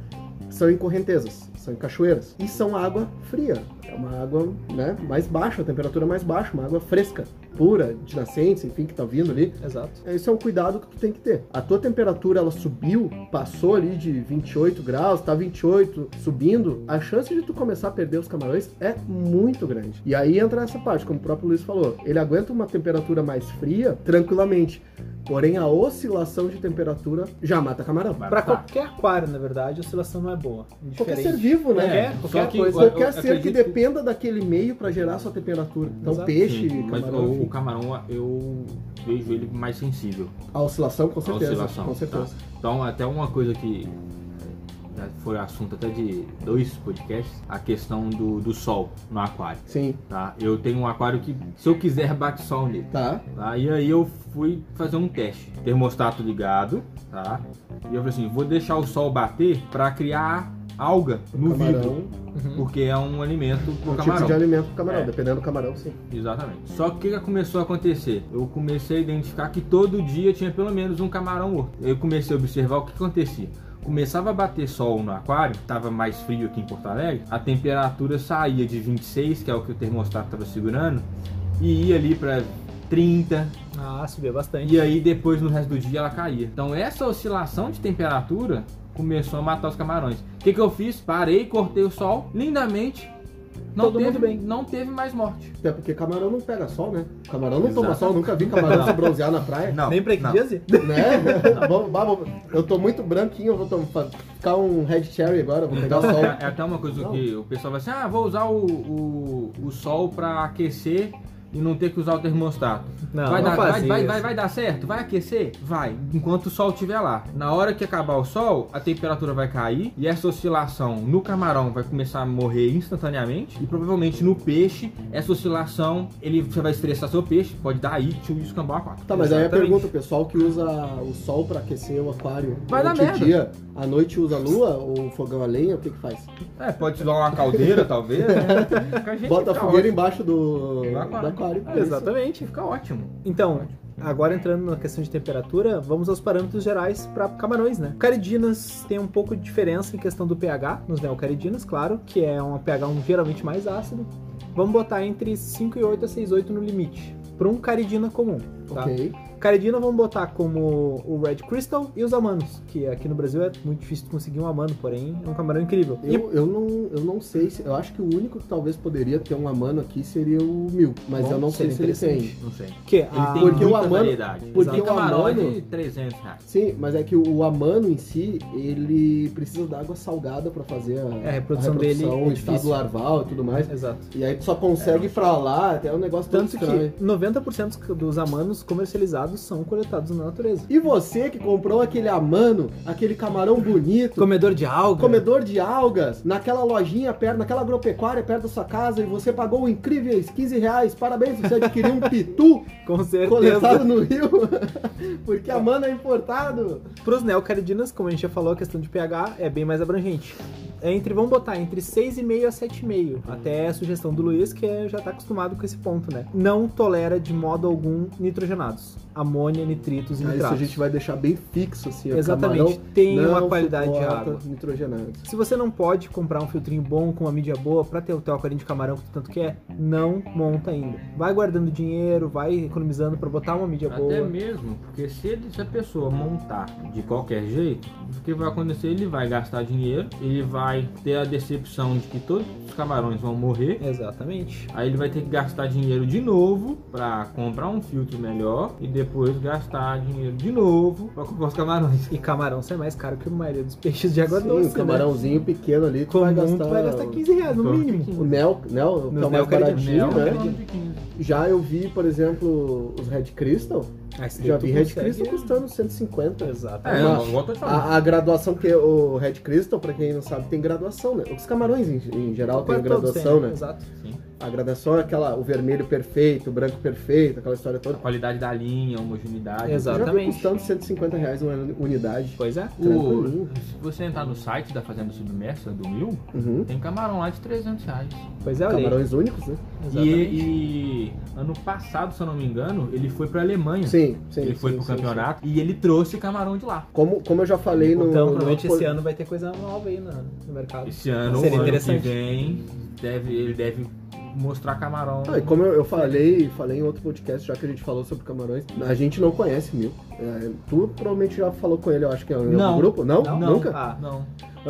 [SPEAKER 2] são em correntezas, são em cachoeiras. E são água fria. É uma água né, mais baixa, a temperatura mais baixa, uma água fresca, pura, de nascentes, enfim, que tá vindo ali.
[SPEAKER 1] Exato.
[SPEAKER 2] Esse é um cuidado que tu tem que ter. A tua temperatura ela subiu, passou ali de 28 graus, tá 28, subindo, a chance de tu começar a perder os camarões é muito grande. E aí entra essa parte, como o próprio Luiz falou, ele aguenta uma temperatura mais fria tranquilamente. Porém, a oscilação de temperatura já mata camarão.
[SPEAKER 3] Vai
[SPEAKER 1] Pra
[SPEAKER 3] matar.
[SPEAKER 1] qualquer aquário, na verdade, a oscilação não é boa.
[SPEAKER 2] Qualquer
[SPEAKER 1] Indiferente.
[SPEAKER 2] ser vivo, né?
[SPEAKER 1] É,
[SPEAKER 3] só
[SPEAKER 1] qualquer
[SPEAKER 3] que
[SPEAKER 1] coisa.
[SPEAKER 3] eu-
[SPEAKER 2] Qualquer
[SPEAKER 3] eu
[SPEAKER 2] ser que
[SPEAKER 3] acredito-
[SPEAKER 2] dependa daquele meio para gerar sua temperatura. Então,
[SPEAKER 1] Exato.
[SPEAKER 2] peixe,
[SPEAKER 3] Sim, Uhum. mas
[SPEAKER 2] camarão,
[SPEAKER 3] o, o
[SPEAKER 2] enfim.
[SPEAKER 3] camarão eu vejo ele mais sensível.
[SPEAKER 2] a oscilação, com
[SPEAKER 3] A
[SPEAKER 2] certeza.
[SPEAKER 3] oscilação,
[SPEAKER 2] com certeza.
[SPEAKER 3] tá? Então, até uma coisa que é, já foi assunto até de dois podcasts, a questão do, do sol no aquário,
[SPEAKER 2] Sim,
[SPEAKER 3] tá? Eu tenho um aquário que, se eu quiser, bate sol nele.
[SPEAKER 2] tá.
[SPEAKER 3] Tá? E aí eu fui fazer um teste. Termostato ligado, tá? E eu falei assim, vou deixar o sol bater pra criar alga no vidro.
[SPEAKER 2] camarão,
[SPEAKER 1] Uhum.
[SPEAKER 3] Porque é um alimento pro
[SPEAKER 2] um tipo
[SPEAKER 3] camarão.
[SPEAKER 2] de alimento pro camarão,
[SPEAKER 3] É.
[SPEAKER 2] dependendo do camarão, sim.
[SPEAKER 3] Exatamente. Só que o que que começou a acontecer? Eu comecei a identificar que todo dia tinha pelo menos um camarão morto. Eu comecei a observar o que acontecia. Começava a bater sol no aquário, estava mais frio aqui em Porto Alegre, a temperatura saía de 26, que é o que o termostato estava segurando, e ia ali para 30,
[SPEAKER 1] Ah, subia bastante.
[SPEAKER 3] e aí depois no resto do dia ela caía. Então essa oscilação de temperatura começou a matar os camarões. O que, que eu fiz? Parei, cortei o sol, lindamente. Não
[SPEAKER 1] Todo
[SPEAKER 3] teve,
[SPEAKER 1] mundo bem.
[SPEAKER 3] não teve mais morte.
[SPEAKER 2] Até porque camarão não pega sol, né? Camarão não toma
[SPEAKER 3] Exato.
[SPEAKER 2] sol, nunca vi camarão
[SPEAKER 3] Não.
[SPEAKER 2] se bronzear na praia.
[SPEAKER 4] Não.
[SPEAKER 1] Nem pra
[SPEAKER 4] não.
[SPEAKER 1] dias ir.
[SPEAKER 2] Né? Vamos- vamos- eu tô muito branquinho, eu vou tomar, ficar um red cherry agora, vou pegar sol.
[SPEAKER 3] É, é até uma coisa
[SPEAKER 2] Não.
[SPEAKER 3] que o pessoal vai assim: ah, vou usar o, o, o sol pra aquecer e não ter que usar o termostato.
[SPEAKER 1] Não,
[SPEAKER 3] vai,
[SPEAKER 1] não
[SPEAKER 3] dar,
[SPEAKER 1] faz
[SPEAKER 3] vai, vai,
[SPEAKER 1] isso.
[SPEAKER 3] vai, vai dar certo? Vai aquecer? Vai, enquanto o sol estiver lá. Na hora que acabar o sol, a temperatura vai cair e essa oscilação no camarão vai começar a morrer instantaneamente. E provavelmente no peixe, essa oscilação ele você vai estressar seu peixe, pode dar it e escambar a quatro.
[SPEAKER 2] Tá, mas aí a
[SPEAKER 1] Exatamente.
[SPEAKER 2] pergunta, o pessoal que usa o sol pra aquecer o aquário
[SPEAKER 3] Vai dar
[SPEAKER 2] durante o
[SPEAKER 3] merda.
[SPEAKER 2] dia, à noite usa a lua ou fogão a lenha, o que que faz?
[SPEAKER 3] É, pode usar uma caldeira, talvez. né? Com gente
[SPEAKER 2] Bota a
[SPEAKER 3] fica
[SPEAKER 2] fogueira
[SPEAKER 3] ótimo.
[SPEAKER 2] embaixo do, do
[SPEAKER 3] Do
[SPEAKER 2] aquário.
[SPEAKER 3] aquário.
[SPEAKER 2] É isso.
[SPEAKER 1] Exatamente.
[SPEAKER 3] Fica ótimo.
[SPEAKER 1] Então, agora entrando na questão de temperatura, vamos aos parâmetros gerais para camarões, né? Caridinas tem um pouco de diferença em questão do pH, nos neocaridinas, claro, que é um pH um geralmente mais ácido. Vamos botar entre 5,8 a 6,8 no limite, para um caridina comum, tá?
[SPEAKER 2] Ok.
[SPEAKER 1] Caridina vamos botar como o Red Crystal e os amanos, que aqui no Brasil é muito difícil de conseguir um amano, porém é um camarão incrível. E
[SPEAKER 2] Eu, eu, não, eu não sei se. Eu acho que o único que talvez poderia ter um amano aqui seria o mil. Mas
[SPEAKER 1] Bom,
[SPEAKER 2] eu não sei se
[SPEAKER 1] seria
[SPEAKER 2] ele tem.
[SPEAKER 1] interessante.
[SPEAKER 3] Não sei.
[SPEAKER 1] que
[SPEAKER 3] Ele
[SPEAKER 1] a-
[SPEAKER 3] tem
[SPEAKER 2] Porque o
[SPEAKER 3] muita
[SPEAKER 2] amano-
[SPEAKER 3] variedade.
[SPEAKER 2] porque
[SPEAKER 3] Tem
[SPEAKER 2] o
[SPEAKER 3] camarão
[SPEAKER 2] amano-
[SPEAKER 3] de 300 reais.
[SPEAKER 2] Sim, mas é que o amano em si, ele precisa da água salgada pra fazer a,
[SPEAKER 1] É, a reprodução
[SPEAKER 2] a
[SPEAKER 1] dele é
[SPEAKER 2] o estado
[SPEAKER 1] difícil.
[SPEAKER 2] larval e tudo mais.
[SPEAKER 1] Exato.
[SPEAKER 2] E aí tu só consegue ir pra lá, até um negócio todo
[SPEAKER 1] Tanto que
[SPEAKER 2] estranho.
[SPEAKER 1] 90% dos amanos comercializados são coletados na natureza.
[SPEAKER 2] E você que comprou aquele amano, aquele camarão bonito,
[SPEAKER 1] Comedor de alga.
[SPEAKER 2] comedor de algas, naquela lojinha perto, naquela agropecuária perto da sua casa, e você pagou incríveis 15 reais, parabéns, você adquiriu um pitu
[SPEAKER 1] Com certeza.
[SPEAKER 2] coletado no rio, porque amano é importado.
[SPEAKER 1] Para os neocaridinas, como a gente já falou, a questão de pH é bem mais abrangente. É entre, vamos botar, entre 6,5 a 7,5.
[SPEAKER 2] Hum.
[SPEAKER 1] Até a sugestão do Luiz, que é- já está acostumado com esse ponto, né? Não tolera de modo algum nitrogenados. Amônia, nitritos e
[SPEAKER 2] Ah, Isso a
[SPEAKER 1] nitratos.
[SPEAKER 2] gente vai deixar bem fixo, assim, o camarão
[SPEAKER 1] Exatamente. Tem
[SPEAKER 2] Não
[SPEAKER 1] uma qualidade de
[SPEAKER 2] suporta
[SPEAKER 1] água.
[SPEAKER 2] nitrogenados.
[SPEAKER 1] Se você não pode comprar um filtrinho bom com uma mídia boa pra ter o teu aquarinho de camarão que tu tanto quer, não monta ainda. Vai guardando dinheiro, vai economizando pra botar uma mídia
[SPEAKER 3] Até
[SPEAKER 1] boa.
[SPEAKER 3] mesmo, porque se, ele- se a pessoa montar de qualquer jeito, o que vai acontecer? Ele vai gastar dinheiro, ele vai ter a decepção de que todos os camarões vão morrer.
[SPEAKER 1] Exatamente.
[SPEAKER 3] Aí ele vai ter que gastar dinheiro de novo pra comprar um filtro melhor e depois gastar dinheiro de novo pra comprar os camarões.
[SPEAKER 1] E camarão sai mais caro que a maioria dos peixes de água
[SPEAKER 2] Sim,
[SPEAKER 1] doce.
[SPEAKER 2] um camarãozinho pequeno ali,
[SPEAKER 1] né?
[SPEAKER 2] tu
[SPEAKER 1] Comum,
[SPEAKER 2] vai gastar...
[SPEAKER 1] tu vai gastar 15 reais no
[SPEAKER 3] Então,
[SPEAKER 1] mínimo.
[SPEAKER 2] O Nel, Nel, que é o mais
[SPEAKER 1] neocaridinho,
[SPEAKER 2] baratinho,
[SPEAKER 3] Neo,
[SPEAKER 2] né?
[SPEAKER 3] falando de 15.
[SPEAKER 2] Já eu vi, por exemplo, os Red Crystal.
[SPEAKER 1] Aí se
[SPEAKER 2] já
[SPEAKER 1] Ah, tu
[SPEAKER 2] vi Red
[SPEAKER 1] consegue- né?
[SPEAKER 2] Crystal custando 150.
[SPEAKER 3] É,
[SPEAKER 1] Exatamente.
[SPEAKER 3] eu volto a te falar.
[SPEAKER 2] A, a graduação que o Red Crystal, pra quem não sabe, tem graduação, né? Os camarões em, em geral têm
[SPEAKER 1] Quase todos têm,
[SPEAKER 2] graduação, né?
[SPEAKER 1] Exato.
[SPEAKER 3] Sim.
[SPEAKER 2] A gradação é aquela, o vermelho perfeito, o branco perfeito, aquela história
[SPEAKER 3] A
[SPEAKER 2] toda.
[SPEAKER 3] qualidade da linha, a homogeneidade.
[SPEAKER 1] Exato.
[SPEAKER 2] Já vem
[SPEAKER 1] Exatamente.
[SPEAKER 2] custando 150 reais uma unidade.
[SPEAKER 1] Pois é.
[SPEAKER 2] Tranquilo.
[SPEAKER 3] O, se você entrar no site da Fazenda Submersa, do Mil,
[SPEAKER 2] Uhum.
[SPEAKER 3] tem um camarão lá de 300 reais.
[SPEAKER 1] Pois é, olha aí.
[SPEAKER 2] Camarões únicos, né?
[SPEAKER 1] Exatamente.
[SPEAKER 3] E, e ano passado, se eu não me engano, ele foi pra Alemanha.
[SPEAKER 2] Sim, sim.
[SPEAKER 3] ele foi
[SPEAKER 2] sim,
[SPEAKER 3] pro
[SPEAKER 2] sim,
[SPEAKER 3] campeonato e ele trouxe camarão de lá.
[SPEAKER 2] sim. Como, como eu já falei no.
[SPEAKER 1] Então,
[SPEAKER 2] no-
[SPEAKER 1] provavelmente
[SPEAKER 2] no-
[SPEAKER 1] esse ano vai ter coisa nova aí no, no mercado.
[SPEAKER 3] Esse ano,
[SPEAKER 1] Seria
[SPEAKER 3] o ano que
[SPEAKER 1] interessante.
[SPEAKER 3] vem, deve, ele deve mostrar camarão.
[SPEAKER 2] Ah, e como eu, eu falei, falei em outro podcast já que a gente falou sobre camarões, a gente não conhece Mil. É, tu provavelmente já falou com ele, eu acho que é um
[SPEAKER 3] Não.
[SPEAKER 2] grupo, não?
[SPEAKER 1] Não?
[SPEAKER 2] Nunca?
[SPEAKER 1] Ah,
[SPEAKER 3] Não.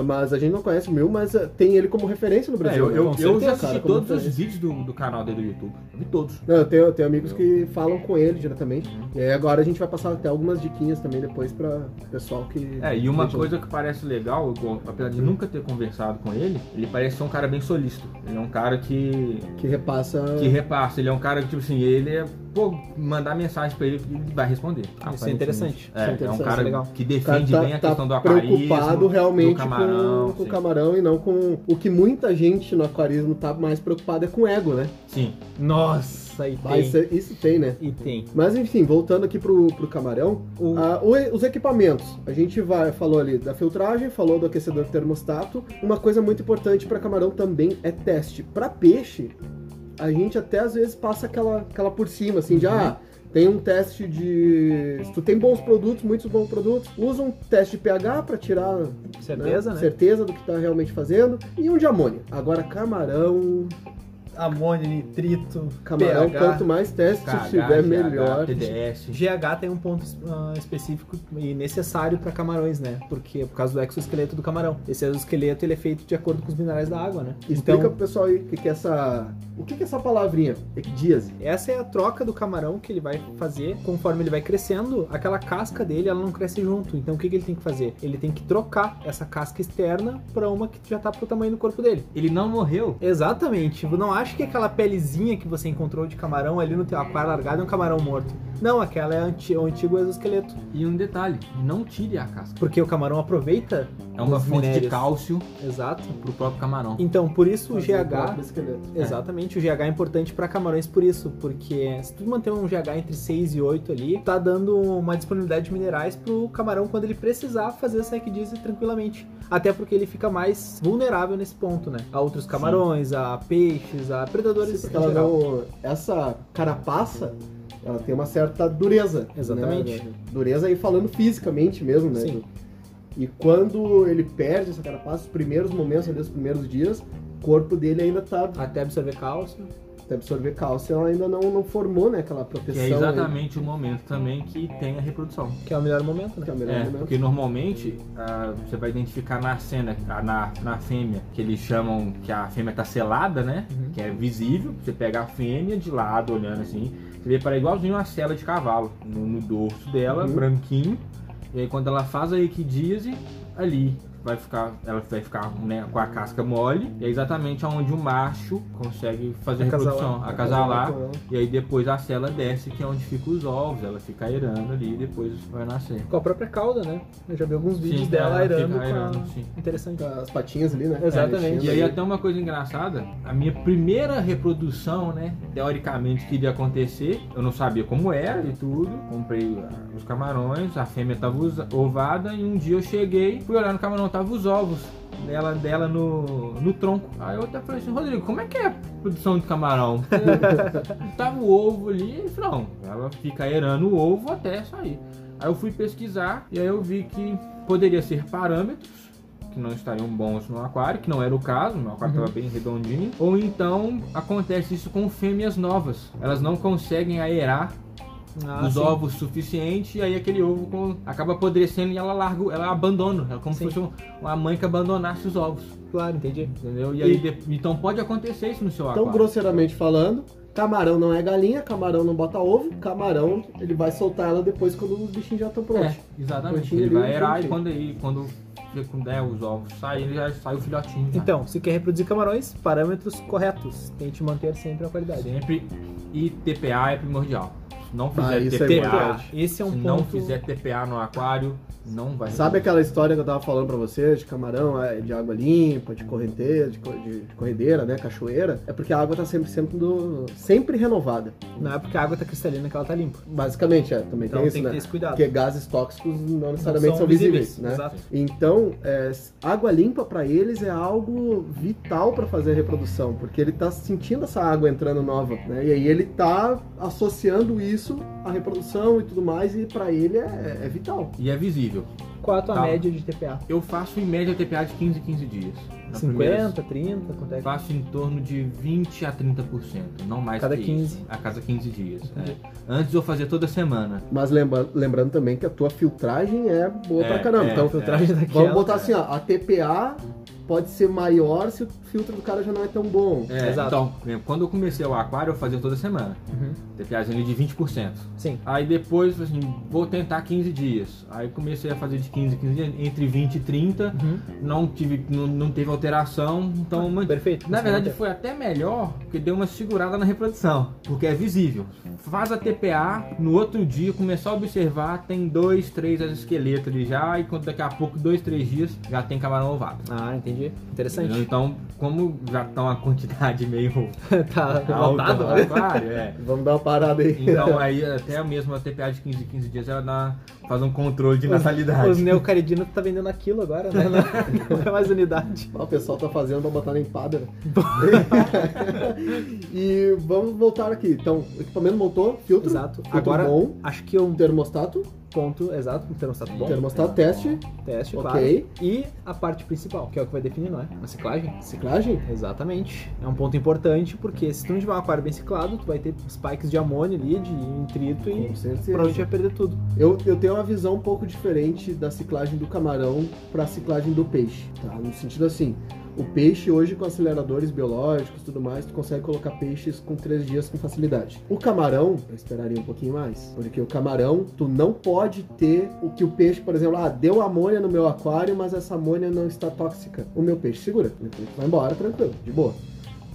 [SPEAKER 2] Mas a gente não conhece Mil, mas é, tem ele como referência no
[SPEAKER 3] É,
[SPEAKER 2] Brasil.
[SPEAKER 3] eu
[SPEAKER 2] né?
[SPEAKER 3] eu,
[SPEAKER 2] Com
[SPEAKER 3] eu
[SPEAKER 2] certeza,
[SPEAKER 3] já assisti
[SPEAKER 2] cara, como
[SPEAKER 3] todos os
[SPEAKER 2] referência.
[SPEAKER 3] vídeos do, do canal dele do YouTube. Eu vi todos.
[SPEAKER 2] Não, eu tenho, eu tenho amigos que falam com ele diretamente. E aí agora a gente vai passar até algumas diquinhas também depois pra pessoal que.
[SPEAKER 3] É, e uma
[SPEAKER 2] que-
[SPEAKER 3] coisa que parece legal, igual, apesar de nunca ter conversado com ele, ele parece ser um cara bem solista. Ele é um cara que,
[SPEAKER 2] Que repassa.
[SPEAKER 3] que repassa, ele é um cara que, tipo assim, ele é. Pô, mandar mensagem pra ele, ele vai responder.
[SPEAKER 1] Isso é interessante.
[SPEAKER 3] É,
[SPEAKER 2] Isso é
[SPEAKER 3] é um
[SPEAKER 2] interessante,
[SPEAKER 3] cara
[SPEAKER 1] é legal.
[SPEAKER 3] que
[SPEAKER 2] O cara
[SPEAKER 3] defende bem a
[SPEAKER 2] tá,
[SPEAKER 3] questão do
[SPEAKER 2] tá
[SPEAKER 3] aquarismo,
[SPEAKER 2] preocupado realmente
[SPEAKER 3] do camarão.
[SPEAKER 2] com, com o
[SPEAKER 3] sim.
[SPEAKER 2] camarão e não com. O que muita gente no aquarismo tá mais preocupada é com o ego, né?
[SPEAKER 3] Sim.
[SPEAKER 1] Nossa, e tem.
[SPEAKER 2] Mas isso, isso tem, né?
[SPEAKER 1] E tem.
[SPEAKER 2] Mas enfim, voltando aqui pro, pro camarão,
[SPEAKER 1] O-
[SPEAKER 2] ah, o- os equipamentos. A gente vai, falou ali da filtragem, falou do aquecedor termostato. Uma coisa muito importante para camarão também é teste. Para peixe, a gente até às vezes passa aquela, aquela por cima, assim, de
[SPEAKER 1] Uhum.
[SPEAKER 2] ah, tem um teste de. Se tu tem bons produtos, muitos bons produtos, usa um teste de pH para tirar né,
[SPEAKER 1] certeza, né?
[SPEAKER 2] certeza do que tá realmente fazendo. E um de amônia. Agora, camarão.
[SPEAKER 1] Amônio, nitrito,
[SPEAKER 2] Camarão,
[SPEAKER 1] pH.
[SPEAKER 2] quanto mais testes
[SPEAKER 3] KH,
[SPEAKER 2] tiver,
[SPEAKER 3] GH,
[SPEAKER 2] melhor.
[SPEAKER 3] TDS.
[SPEAKER 1] GH tem um ponto ah, específico e necessário para camarões, né? Porque por causa do exoesqueleto do camarão. Esse exoesqueleto ele é feito de acordo com os minerais da água, né?
[SPEAKER 2] Explica
[SPEAKER 1] Então,
[SPEAKER 2] pro pessoal aí o que, que é essa. O que, que é essa palavrinha? Ecdíase.
[SPEAKER 1] essa é a troca do camarão que ele vai fazer conforme ele vai crescendo. Aquela casca dele, ela não cresce junto. Então, o que, que ele tem que fazer? Ele tem que trocar essa casca externa para uma que já tá pro tamanho do corpo dele.
[SPEAKER 3] Ele não morreu.
[SPEAKER 1] Exatamente. Tipo, Não acha que aquela pelezinha que você encontrou de camarão ali no teu aquário largado é um camarão morto. Não, aquela é anti- o antigo exoesqueleto.
[SPEAKER 3] E um detalhe, não tire a casca.
[SPEAKER 1] Porque o camarão aproveita.
[SPEAKER 3] É uma
[SPEAKER 1] os
[SPEAKER 3] fonte de
[SPEAKER 1] minérios.
[SPEAKER 3] cálcio
[SPEAKER 1] Exato.
[SPEAKER 3] pro próprio camarão.
[SPEAKER 1] Então, por isso o
[SPEAKER 3] é
[SPEAKER 2] Fazer próprio
[SPEAKER 1] GH.
[SPEAKER 2] esqueleto.
[SPEAKER 1] Exatamente, o GH é importante para camarões por isso, porque se tu manter um GH entre 6 e 8 ali, tá dando uma disponibilidade de minerais pro camarão quando ele precisar fazer essa equidise tranquilamente. Até porque ele fica mais vulnerável nesse ponto, né? A outros camarões, a peixes, a predadores
[SPEAKER 2] Sim, porque
[SPEAKER 1] em
[SPEAKER 2] ela
[SPEAKER 1] geral.
[SPEAKER 2] não- Essa carapaça, ela tem uma certa dureza.
[SPEAKER 1] Exatamente.
[SPEAKER 2] né? Dureza aí falando fisicamente mesmo, né?
[SPEAKER 1] Sim.
[SPEAKER 2] E quando ele perde essa carapaça, os primeiros momentos ali, os primeiros dias, o corpo dele ainda tá.
[SPEAKER 1] Até absorver cálcio.
[SPEAKER 2] Até absorver cálcio, ela ainda não, não formou, né? Aquela
[SPEAKER 3] Que
[SPEAKER 2] proteção.
[SPEAKER 3] é
[SPEAKER 2] aí,
[SPEAKER 3] exatamente o momento também que tem a reprodução.
[SPEAKER 1] Que é o melhor momento, né?
[SPEAKER 2] que é o melhor
[SPEAKER 3] É,
[SPEAKER 2] momento.
[SPEAKER 3] porque normalmente ah, você vai identificar na cena, ah, na, na fêmea, que eles chamam que a fêmea tá selada, né?
[SPEAKER 1] Uhum.
[SPEAKER 3] Que é visível, você pega a fêmea de lado, olhando assim, você vê para igualzinho uma cela de cavalo, no, no dorso dela,
[SPEAKER 2] Uhum.
[SPEAKER 3] branquinho. E aí quando ela faz a equidise, ali vai ficar, ela vai ficar né, com a casca mole, e é exatamente onde o macho consegue fazer a
[SPEAKER 1] Acasalar.
[SPEAKER 3] reprodução, acasalar.
[SPEAKER 2] Com ela.
[SPEAKER 3] E aí depois a cela desce, que é onde fica os ovos, ela fica airando ali e depois vai nascer.
[SPEAKER 1] Com a própria cauda, né? Eu já vi alguns vídeos
[SPEAKER 3] Sim,
[SPEAKER 1] dela
[SPEAKER 3] ela fica
[SPEAKER 1] airando. com a-
[SPEAKER 3] airando, sim.
[SPEAKER 1] Interessante.
[SPEAKER 2] As patinhas ali, né?
[SPEAKER 1] Exatamente.
[SPEAKER 3] E aí
[SPEAKER 2] Mexendo ali.
[SPEAKER 3] até uma coisa engraçada, a minha primeira reprodução, né, teoricamente que iria acontecer, eu não sabia como era e tudo, comprei ah, os camarões, a fêmea tava usa- ovada e um dia eu cheguei, fui olhar no camarão, tava os ovos dela, dela no, no tronco. Aí eu até falei assim, Rodrigo, como é que é a produção de camarão? Porque tava o ovo ali, ele falou, não, ela fica aerando o ovo até sair. Aí eu fui pesquisar e aí eu vi que poderia ser parâmetros que não estariam bons no aquário, que não era o caso, meu aquário estava bem redondinho. Ou então acontece isso com fêmeas novas, elas não conseguem aerar
[SPEAKER 1] Ah,
[SPEAKER 3] os
[SPEAKER 1] sim.
[SPEAKER 3] ovos suficiente e aí aquele ovo com- acaba apodrecendo e ela larga, ela abandona, ela é como
[SPEAKER 1] Sim.
[SPEAKER 3] se fosse um- uma mãe que abandonasse os ovos,
[SPEAKER 1] Claro, entendi.
[SPEAKER 3] entendeu? E aí de- então pode acontecer isso no seu
[SPEAKER 2] Então,
[SPEAKER 3] aquário.
[SPEAKER 2] grosseiramente falando, camarão não é galinha, camarão não bota ovo, camarão ele vai soltar ela depois quando os bichinhos já estão prontos.
[SPEAKER 3] é, exatamente.
[SPEAKER 2] Prontinho
[SPEAKER 3] Ele
[SPEAKER 2] ali,
[SPEAKER 3] vai aerar
[SPEAKER 2] prontinho.
[SPEAKER 3] e quando aí quando né, os ovos saem, ele já sai o filhotinho. já.
[SPEAKER 1] Então, se quer reproduzir camarões, parâmetros corretos. Tente manter sempre a qualidade.
[SPEAKER 3] Sempre. E TPA é primordial. não
[SPEAKER 2] Ah,
[SPEAKER 3] fizer
[SPEAKER 2] isso é
[SPEAKER 3] TPA,
[SPEAKER 2] verdade.
[SPEAKER 1] Esse é um
[SPEAKER 3] se
[SPEAKER 1] ponto.
[SPEAKER 3] não fizer TPA no aquário, não vai.
[SPEAKER 2] Sabe aquela história que eu tava falando pra você de camarão, é, de água limpa, de correnteira, de, co- de- de corredeira, né, cachoeira? É porque a água tá sempre, sempre, do, sempre renovada.
[SPEAKER 1] Não é porque a água tá cristalina que ela tá limpa.
[SPEAKER 2] Basicamente, é, também
[SPEAKER 1] Então tem,
[SPEAKER 2] tem isso,
[SPEAKER 1] que
[SPEAKER 2] né?
[SPEAKER 1] ter esse cuidado.
[SPEAKER 2] Porque gases tóxicos não necessariamente são, visíveis, né?
[SPEAKER 1] Exato.
[SPEAKER 2] Então, é, s- água limpa pra eles é algo vital pra fazer a reprodução, porque ele tá sentindo essa água entrando nova, né? E aí ele tá associando isso à reprodução e tudo mais, e pra ele é, é vital.
[SPEAKER 3] E é visível.
[SPEAKER 1] Qual a tua
[SPEAKER 3] Tá.
[SPEAKER 1] média de TPA?
[SPEAKER 3] Eu faço em média TPA de 15 em 15 dias. Na primeira-
[SPEAKER 1] 50,
[SPEAKER 3] Tá.
[SPEAKER 1] 30, quanto é que...
[SPEAKER 3] Faço em torno de 20 a 30%, não mais
[SPEAKER 1] Cada
[SPEAKER 3] que
[SPEAKER 1] 15.
[SPEAKER 3] isso. A cada 15 dias.
[SPEAKER 1] Entendi.
[SPEAKER 3] é. Antes eu fazia toda semana.
[SPEAKER 2] Mas lembra- lembrando também que a tua filtragem é boa
[SPEAKER 3] É,
[SPEAKER 2] pra caramba.
[SPEAKER 3] é,
[SPEAKER 2] então,
[SPEAKER 3] é.
[SPEAKER 1] Filtragem daquela.
[SPEAKER 2] vamos botar assim, ó, a TPA pode ser maior se o filtro do cara já não é tão bom.
[SPEAKER 3] É,
[SPEAKER 1] Exato.
[SPEAKER 3] Então, né, quando eu comecei o aquário, eu fazia toda semana.
[SPEAKER 1] Uhum.
[SPEAKER 3] TPAzinho de 20%.
[SPEAKER 1] Sim.
[SPEAKER 3] Aí depois, falei assim, vou tentar 15 dias. Aí comecei a fazer de 15 em 15 dias, entre 20 e 30.
[SPEAKER 1] Uhum.
[SPEAKER 3] Não, tive, não, não teve alteração, então eu mantive.
[SPEAKER 1] Perfeito.
[SPEAKER 3] Na
[SPEAKER 1] Você
[SPEAKER 3] verdade
[SPEAKER 1] manteve.
[SPEAKER 3] foi até melhor, porque deu uma segurada na reprodução, porque é visível. Faz a TPA, no outro dia começar a observar, tem dois, três esqueletos ali já, e quando daqui a pouco, dois, três dias, já tem camarão ovado.
[SPEAKER 1] Ah, entendi. Interessante.
[SPEAKER 3] Então, como já tá uma quantidade meio
[SPEAKER 1] tá
[SPEAKER 3] alta
[SPEAKER 1] lotado,
[SPEAKER 3] no
[SPEAKER 1] né?
[SPEAKER 3] aquário, é.
[SPEAKER 2] Vamos dar uma parada aí.
[SPEAKER 3] Então aí até mesmo a TPA de 15 15 dias ela dá, faz um controle de
[SPEAKER 1] Os
[SPEAKER 3] natalidade.
[SPEAKER 1] neocaridinos tá vendendo aquilo agora, né? Não é mais unidade.
[SPEAKER 2] Ó, O pessoal tá fazendo pra botar na empada. né? e vamos voltar aqui. Então, o equipamento montou, filtro,
[SPEAKER 1] Exato.
[SPEAKER 2] filtro
[SPEAKER 1] Agora,
[SPEAKER 2] bom, Então,
[SPEAKER 1] acho que um
[SPEAKER 2] termostato,
[SPEAKER 1] ponto exato, um termostato bom,
[SPEAKER 2] termostato, teste,
[SPEAKER 1] teste,
[SPEAKER 2] ok,
[SPEAKER 1] claro. E a parte principal, que é o que vai definir, não é? A ciclagem.
[SPEAKER 2] ciclagem,
[SPEAKER 1] Exatamente. É um ponto importante, porque se tu não tiver um aquário bem ciclado, tu vai ter spikes de amônio ali, de intrito
[SPEAKER 2] com
[SPEAKER 1] e
[SPEAKER 2] certeza.
[SPEAKER 1] provavelmente vai perder tudo.
[SPEAKER 2] Eu, eu tenho uma visão um pouco diferente da ciclagem do camarão para a ciclagem do peixe, tá? No sentido assim, o peixe hoje com aceleradores biológicos e tudo mais, tu consegue colocar peixes com três dias com facilidade. O camarão, eu esperaria um pouquinho mais, porque o camarão, tu não pode ter o que o peixe, por exemplo, ah, deu amônia no meu aquário, mas essa amônia não está tóxica. O meu peixe segura, meu peixe vai embora tranquilo, de boa.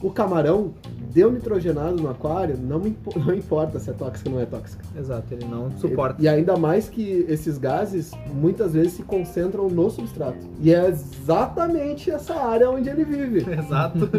[SPEAKER 2] O camarão deu nitrogenado no aquário, não, me impo- não importa se é tóxica ou não é tóxica.
[SPEAKER 1] Exato, ele não suporta.
[SPEAKER 2] E ainda mais que esses gases muitas vezes se concentram no substrato. E é exatamente essa área onde ele vive.
[SPEAKER 1] Exato.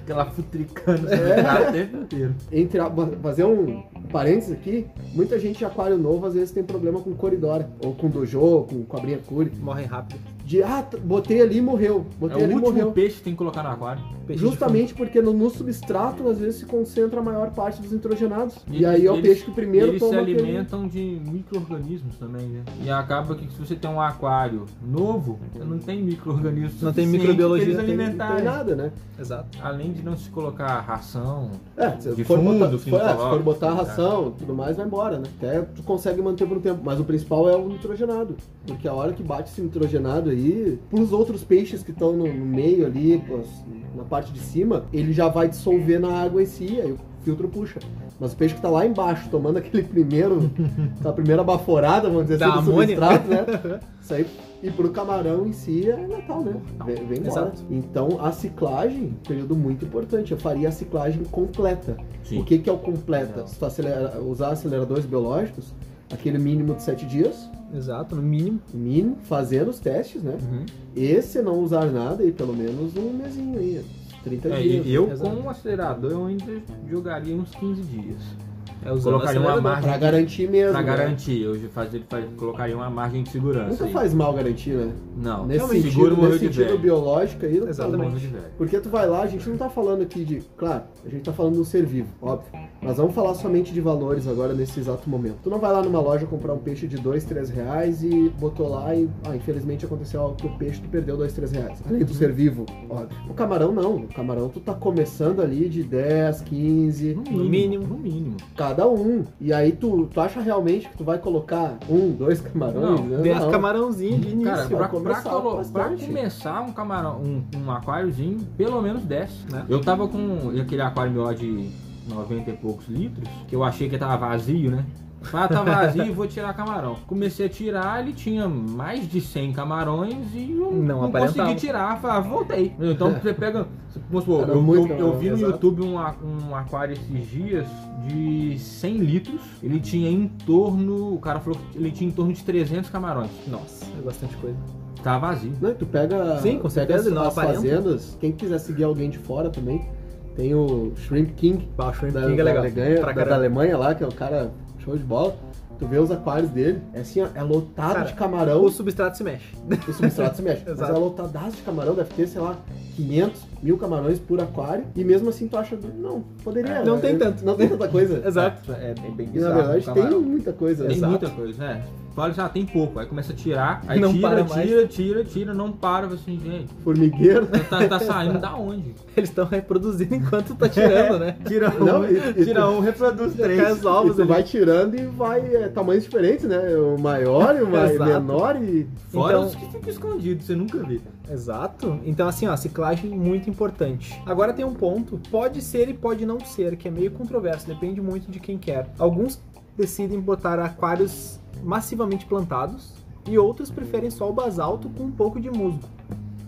[SPEAKER 3] Aquela futricando é. o tempo inteiro.
[SPEAKER 2] Entre a- vou fazer um parênteses aqui, muita gente de aquário novo às vezes tem problema com coridora, ou com dojo, com cobrinha cure.
[SPEAKER 1] Morre rápido.
[SPEAKER 2] De ah, t- botei ali e morreu.
[SPEAKER 3] É
[SPEAKER 2] Botei
[SPEAKER 3] o
[SPEAKER 2] ali e
[SPEAKER 3] último
[SPEAKER 2] morreu.
[SPEAKER 3] peixe que tem que colocar no aquário.
[SPEAKER 1] Peixe de
[SPEAKER 2] Justamente porque no, no substrato às vezes se concentra a maior parte dos nitrogenados. E,
[SPEAKER 3] Eles-
[SPEAKER 2] aí é o
[SPEAKER 3] eles-
[SPEAKER 2] peixe que
[SPEAKER 3] E
[SPEAKER 2] primeiro
[SPEAKER 3] eles se
[SPEAKER 2] toma aquele-
[SPEAKER 3] alimentam de micro-organismos também, né? E acaba que se você tem um aquário novo, não tem micro-organismos
[SPEAKER 1] Não tem
[SPEAKER 3] suficiente
[SPEAKER 1] microbiologia,
[SPEAKER 3] pra eles
[SPEAKER 1] não
[SPEAKER 2] Tem- Não tem
[SPEAKER 3] alimentarem.
[SPEAKER 2] nada, né?
[SPEAKER 1] fundo. Exato.
[SPEAKER 3] Além de não se colocar ração,
[SPEAKER 2] É, se
[SPEAKER 3] De
[SPEAKER 2] for,
[SPEAKER 3] fundo,
[SPEAKER 2] botar,
[SPEAKER 3] que
[SPEAKER 2] for-
[SPEAKER 3] não
[SPEAKER 2] é, se
[SPEAKER 3] coloca,
[SPEAKER 2] for botar a
[SPEAKER 3] tá.
[SPEAKER 2] ração e tudo mais, vai embora, né? Até tu consegue manter por um tempo. Mas o principal é o nitrogenado. Porque a hora que bate esse nitrogenado aí, pros outros peixes que estão no, no meio ali, pô, na parte de cima, ele já vai dissolver na água em si, aí o filtro puxa. Mas o peixe que tá lá embaixo, tomando aquele primeiro, tá a primeira baforada, vamos dizer
[SPEAKER 1] Da
[SPEAKER 2] assim, do
[SPEAKER 1] amônia.
[SPEAKER 2] substrato, né? Isso aí, e pro camarão em si é Natal, né? Vem, vem embora.
[SPEAKER 1] Exato.
[SPEAKER 2] Então a ciclagem, período muito importante. Eu faria a ciclagem completa.
[SPEAKER 3] Sim.
[SPEAKER 2] O que, que é o completa?
[SPEAKER 3] Não.
[SPEAKER 2] Se tu acelera- usar aceleradores biológicos, aquele mínimo de 7 dias,
[SPEAKER 1] Exato, no mínimo.
[SPEAKER 2] mínimo, fazer os testes, né?
[SPEAKER 1] Uhum.
[SPEAKER 2] E se não usar nada, aí pelo menos um mesinho aí, 30
[SPEAKER 3] é,
[SPEAKER 2] dias. né?
[SPEAKER 3] e eu
[SPEAKER 1] exato.
[SPEAKER 3] com um acelerador eu ainda jogaria uns 15 dias.
[SPEAKER 1] É usando
[SPEAKER 3] Colocaria uma
[SPEAKER 1] acelerador.
[SPEAKER 3] marca
[SPEAKER 2] Pra garantir mesmo.
[SPEAKER 3] Pra
[SPEAKER 2] né?
[SPEAKER 3] garantir, eu fazia, faz- colocaria uma margem de segurança.
[SPEAKER 2] Nunca
[SPEAKER 3] aí.
[SPEAKER 2] faz mal garantir, né?
[SPEAKER 3] Não,
[SPEAKER 2] Nesse
[SPEAKER 3] seguro
[SPEAKER 2] sentido, nesse
[SPEAKER 3] morreu de
[SPEAKER 2] sentido
[SPEAKER 3] velho.
[SPEAKER 2] biológico aí, não faz
[SPEAKER 1] Exatamente.
[SPEAKER 2] mal.
[SPEAKER 3] Morreu de velho.
[SPEAKER 2] Porque tu vai lá, a gente não tá falando aqui de. Claro, a gente tá falando de um ser vivo, óbvio. Mas vamos falar somente de valores agora nesse exato momento. Tu não vai lá numa loja comprar um peixe de dois, três reais e botou lá e. Ah, infelizmente aconteceu algo que o peixe tu perdeu dois, três reais. Além do ser vivo, óbvio. O camarão não. O camarão tu tá começando ali de 10, 15,
[SPEAKER 1] No mínimo.
[SPEAKER 3] no mínimo.
[SPEAKER 2] cada um. E aí tu, tu acha realmente que tu vai colocar um, dois camarões?
[SPEAKER 3] Não,
[SPEAKER 2] né?
[SPEAKER 1] Tem as camarãozinhas de início.
[SPEAKER 3] Cara,
[SPEAKER 2] vai
[SPEAKER 3] pra, pra
[SPEAKER 2] começar
[SPEAKER 3] colo- pra
[SPEAKER 2] bastante.
[SPEAKER 3] começar um camarão, um, um aquáriozinho, pelo menos 10.
[SPEAKER 1] Né?
[SPEAKER 3] Eu tava com aquele aquário meu lá de 90 e poucos litros, que eu achei que tava vazio, né? Ah, tá vazio, vou tirar camarão. Comecei a tirar, ele tinha mais de 100 camarões e eu
[SPEAKER 1] Não
[SPEAKER 3] não,
[SPEAKER 1] aparentava.
[SPEAKER 3] consegui tirar. Falei, ah, voltei. Então você pega. Vamos supor,
[SPEAKER 2] Era
[SPEAKER 3] eu,
[SPEAKER 2] muito
[SPEAKER 3] eu-
[SPEAKER 2] camarão,
[SPEAKER 3] eu vi no
[SPEAKER 2] exato.
[SPEAKER 3] YouTube um, a- um aquário esses dias de 100 litros. Ele tinha em torno. O cara falou que ele tinha em torno de 300 camarões.
[SPEAKER 1] Nossa, é bastante coisa.
[SPEAKER 3] Tá vazio.
[SPEAKER 2] Não, e tu pega,
[SPEAKER 1] Sim, com
[SPEAKER 2] pega
[SPEAKER 1] certeza,
[SPEAKER 2] as,
[SPEAKER 1] não
[SPEAKER 2] as
[SPEAKER 1] aparenta.
[SPEAKER 2] fazendas. Quem quiser seguir alguém de fora também, tem o Shrimp King
[SPEAKER 1] Baixo
[SPEAKER 2] da,
[SPEAKER 1] King é
[SPEAKER 2] da
[SPEAKER 1] legal.
[SPEAKER 2] Alemanha,
[SPEAKER 1] pra
[SPEAKER 2] da, da
[SPEAKER 1] caramba.
[SPEAKER 2] Alemanha lá, que é o cara show de bola. Tu vê os aquários dele, é assim, ó, é lotado
[SPEAKER 1] Cara,
[SPEAKER 2] de camarão,
[SPEAKER 1] O
[SPEAKER 2] os,
[SPEAKER 1] substrato se mexe.
[SPEAKER 2] os substratos se mexem. mas é
[SPEAKER 1] Exato.
[SPEAKER 2] lotadaço de camarão, deve ter, sei lá, 500 mil camarões por aquário. E mesmo assim tu acha, não, poderia.
[SPEAKER 1] Não
[SPEAKER 2] né?
[SPEAKER 1] tem tanto.
[SPEAKER 2] Não tem tanta coisa.
[SPEAKER 1] Exato.
[SPEAKER 3] É, é bem
[SPEAKER 2] E na
[SPEAKER 3] bizarro.
[SPEAKER 2] verdade
[SPEAKER 3] o
[SPEAKER 2] tem
[SPEAKER 3] camarão.
[SPEAKER 2] muita coisa.
[SPEAKER 1] Tem
[SPEAKER 2] né?
[SPEAKER 3] Tem
[SPEAKER 1] Exato.
[SPEAKER 3] muita coisa, né? Fala assim, ah, tem pouco. Aí começa a tirar, aí
[SPEAKER 1] Não
[SPEAKER 3] tira,
[SPEAKER 1] para
[SPEAKER 3] tira,
[SPEAKER 1] mais.
[SPEAKER 3] tira, tira, não para. Eu falo assim, gente,
[SPEAKER 2] né? Formigueiro.
[SPEAKER 3] tá, tá saindo da onde?
[SPEAKER 1] Eles estão reproduzindo enquanto tá tirando, né?
[SPEAKER 3] Tira um,
[SPEAKER 2] Não, e- e-
[SPEAKER 3] tira um, reproduz
[SPEAKER 1] Tem
[SPEAKER 3] três.
[SPEAKER 1] as ovos
[SPEAKER 2] e tu
[SPEAKER 1] ali.
[SPEAKER 2] vai tirando e vai é, tamanhos diferentes, né? O maior e o mai-
[SPEAKER 1] Exato.
[SPEAKER 2] menor e.
[SPEAKER 3] Fora
[SPEAKER 1] Então-
[SPEAKER 3] os que ficam escondidos, você nunca vê.
[SPEAKER 1] Exato. Então, assim, ó, ciclagem muito importante. Agora tem um ponto, pode ser e pode não ser, que é meio controverso, depende muito de quem quer. Alguns decidem botar aquários massivamente plantados e outros preferem só o basalto com um pouco de musgo.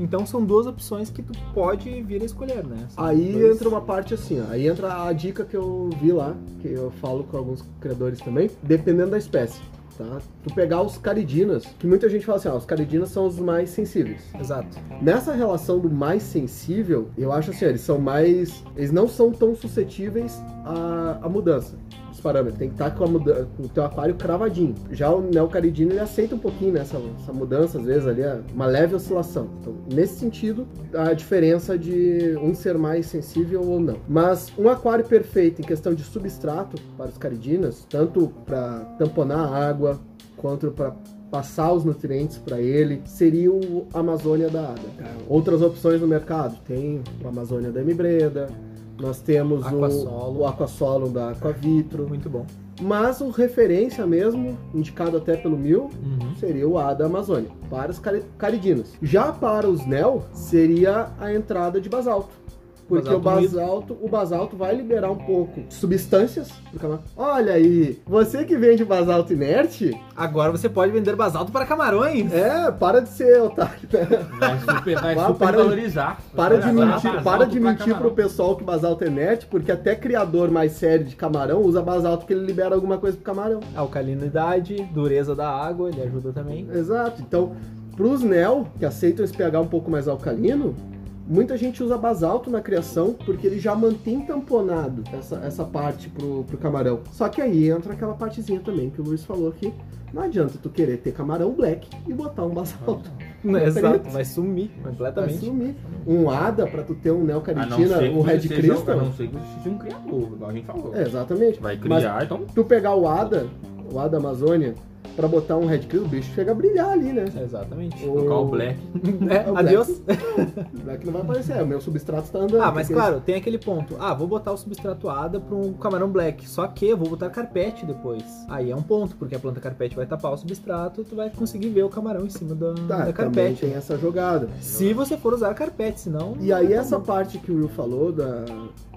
[SPEAKER 1] Então são duas opções que tu pode vir a escolher, né? São
[SPEAKER 2] Aí
[SPEAKER 1] dois-
[SPEAKER 2] entra uma parte assim, ó. Aí entra a dica que eu vi lá, que eu falo com alguns criadores também, dependendo da espécie. Tá? Tu pegar os caridinas, que muita gente fala assim, ó, os caridinas são os mais sensíveis.
[SPEAKER 1] Exato.
[SPEAKER 2] Nessa relação do mais sensível, eu acho assim, ó, eles são mais. Eles não são tão suscetíveis à, à mudança. Os parâmetros. Tem que estar com, a muda- com o teu aquário cravadinho. Já o neocaridino ele aceita um pouquinho nessa essa mudança, às vezes, ali, ó, uma leve oscilação. Então, nesse sentido, a diferença de um ser mais sensível ou não. Mas um aquário perfeito em questão de substrato para os caridinas, tanto para tamponar a água quanto para passar os nutrientes para ele, seria o Amazônia da Ada. Outras opções no mercado, tem o Amazônia da Emibreda, nós temos
[SPEAKER 1] Aquasolo.
[SPEAKER 2] o, o Aquasolo da Aquavitro,
[SPEAKER 1] Muito bom.
[SPEAKER 2] mas o referência mesmo, indicado até pelo Mil,
[SPEAKER 3] Uhum.
[SPEAKER 2] seria o A da Amazônia, para os cari- caridinos. Já para os Nel, seria a entrada de basalto. Porque
[SPEAKER 1] Basalto
[SPEAKER 2] o basalto, o basalto vai liberar um pouco de substâncias do camarão. Olha aí, você que vende basalto inerte,
[SPEAKER 1] Agora você pode vender basalto para camarões.
[SPEAKER 2] é, para de ser otário, né?
[SPEAKER 3] Vai super, vai
[SPEAKER 2] Vá,
[SPEAKER 3] super
[SPEAKER 2] para de-
[SPEAKER 3] valorizar.
[SPEAKER 2] Para de
[SPEAKER 3] Vai
[SPEAKER 2] mentir,
[SPEAKER 3] basalto
[SPEAKER 2] para de
[SPEAKER 3] pra
[SPEAKER 2] mentir pro
[SPEAKER 3] camarão.
[SPEAKER 2] pessoal que basalto é net, porque até criador mais sério de camarão usa basalto porque ele libera alguma coisa pro camarão.
[SPEAKER 1] Alcalinidade, dureza da água, ele ajuda também.
[SPEAKER 2] Exato. Então, pros Nel, que aceitam esse pH um pouco mais alcalino, muita gente usa basalto na criação porque ele já mantém tamponado essa, essa parte pro, pro camarão. Só que aí entra aquela partezinha também que o Luiz falou aqui. Não adianta tu querer ter camarão black e botar um basalto.
[SPEAKER 1] Exato, vai sumir
[SPEAKER 2] Vai
[SPEAKER 1] completamente.
[SPEAKER 2] sumir. Um ADA pra tu ter um
[SPEAKER 3] A não ser
[SPEAKER 2] neocaridina,
[SPEAKER 3] que
[SPEAKER 2] um
[SPEAKER 3] você
[SPEAKER 2] Red
[SPEAKER 3] seja- A
[SPEAKER 2] Crystal.
[SPEAKER 3] não ser que você seja um criador, igual a gente falou.
[SPEAKER 2] É, exatamente.
[SPEAKER 3] Vai criar, então.
[SPEAKER 2] Tu pegar o ADA, o ADA Amazônia, pra botar um Red Crystal, o bicho chega a brilhar ali, né?
[SPEAKER 1] Exatamente.
[SPEAKER 3] Colocar o black.
[SPEAKER 1] É,
[SPEAKER 2] É o
[SPEAKER 1] adeus.
[SPEAKER 2] Black não vai aparecer, é, o meu substrato tá andando.
[SPEAKER 1] Ah, mas
[SPEAKER 2] porque
[SPEAKER 1] claro, tem aquele ponto. Ah, vou botar o substratuada para um camarão black. Só que eu vou botar carpete depois. Aí é um ponto, porque a planta carpete vai tapar o substrato, tu vai conseguir ver o camarão em cima da,
[SPEAKER 2] Tá,
[SPEAKER 1] da
[SPEAKER 2] também
[SPEAKER 1] carpete.
[SPEAKER 2] tem essa jogada.
[SPEAKER 1] Se você for usar carpete, senão.
[SPEAKER 2] E aí essa parte que o Will falou da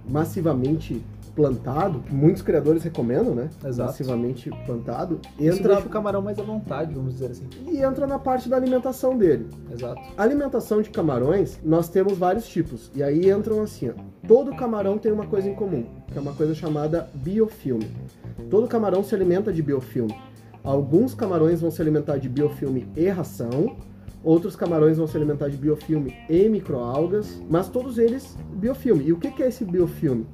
[SPEAKER 2] massivamente plantado, que muitos criadores recomendam, né?
[SPEAKER 1] Exato.
[SPEAKER 2] Massivamente plantado,
[SPEAKER 1] Isso
[SPEAKER 2] entra
[SPEAKER 1] deixa o camarão mais à vontade, vamos dizer assim.
[SPEAKER 2] e entra na parte da alimentação dele.
[SPEAKER 1] Exato.
[SPEAKER 2] A alimentação de camarões, nós temos vários tipos. E aí entram assim, ó. Todo camarão tem uma coisa em comum, que é uma coisa chamada biofilme. Todo camarão se alimenta de biofilme. Alguns camarões vão se alimentar de biofilme e ração, outros camarões vão se alimentar de biofilme e microalgas, mas todos eles biofilme. E o que que é esse biofilme?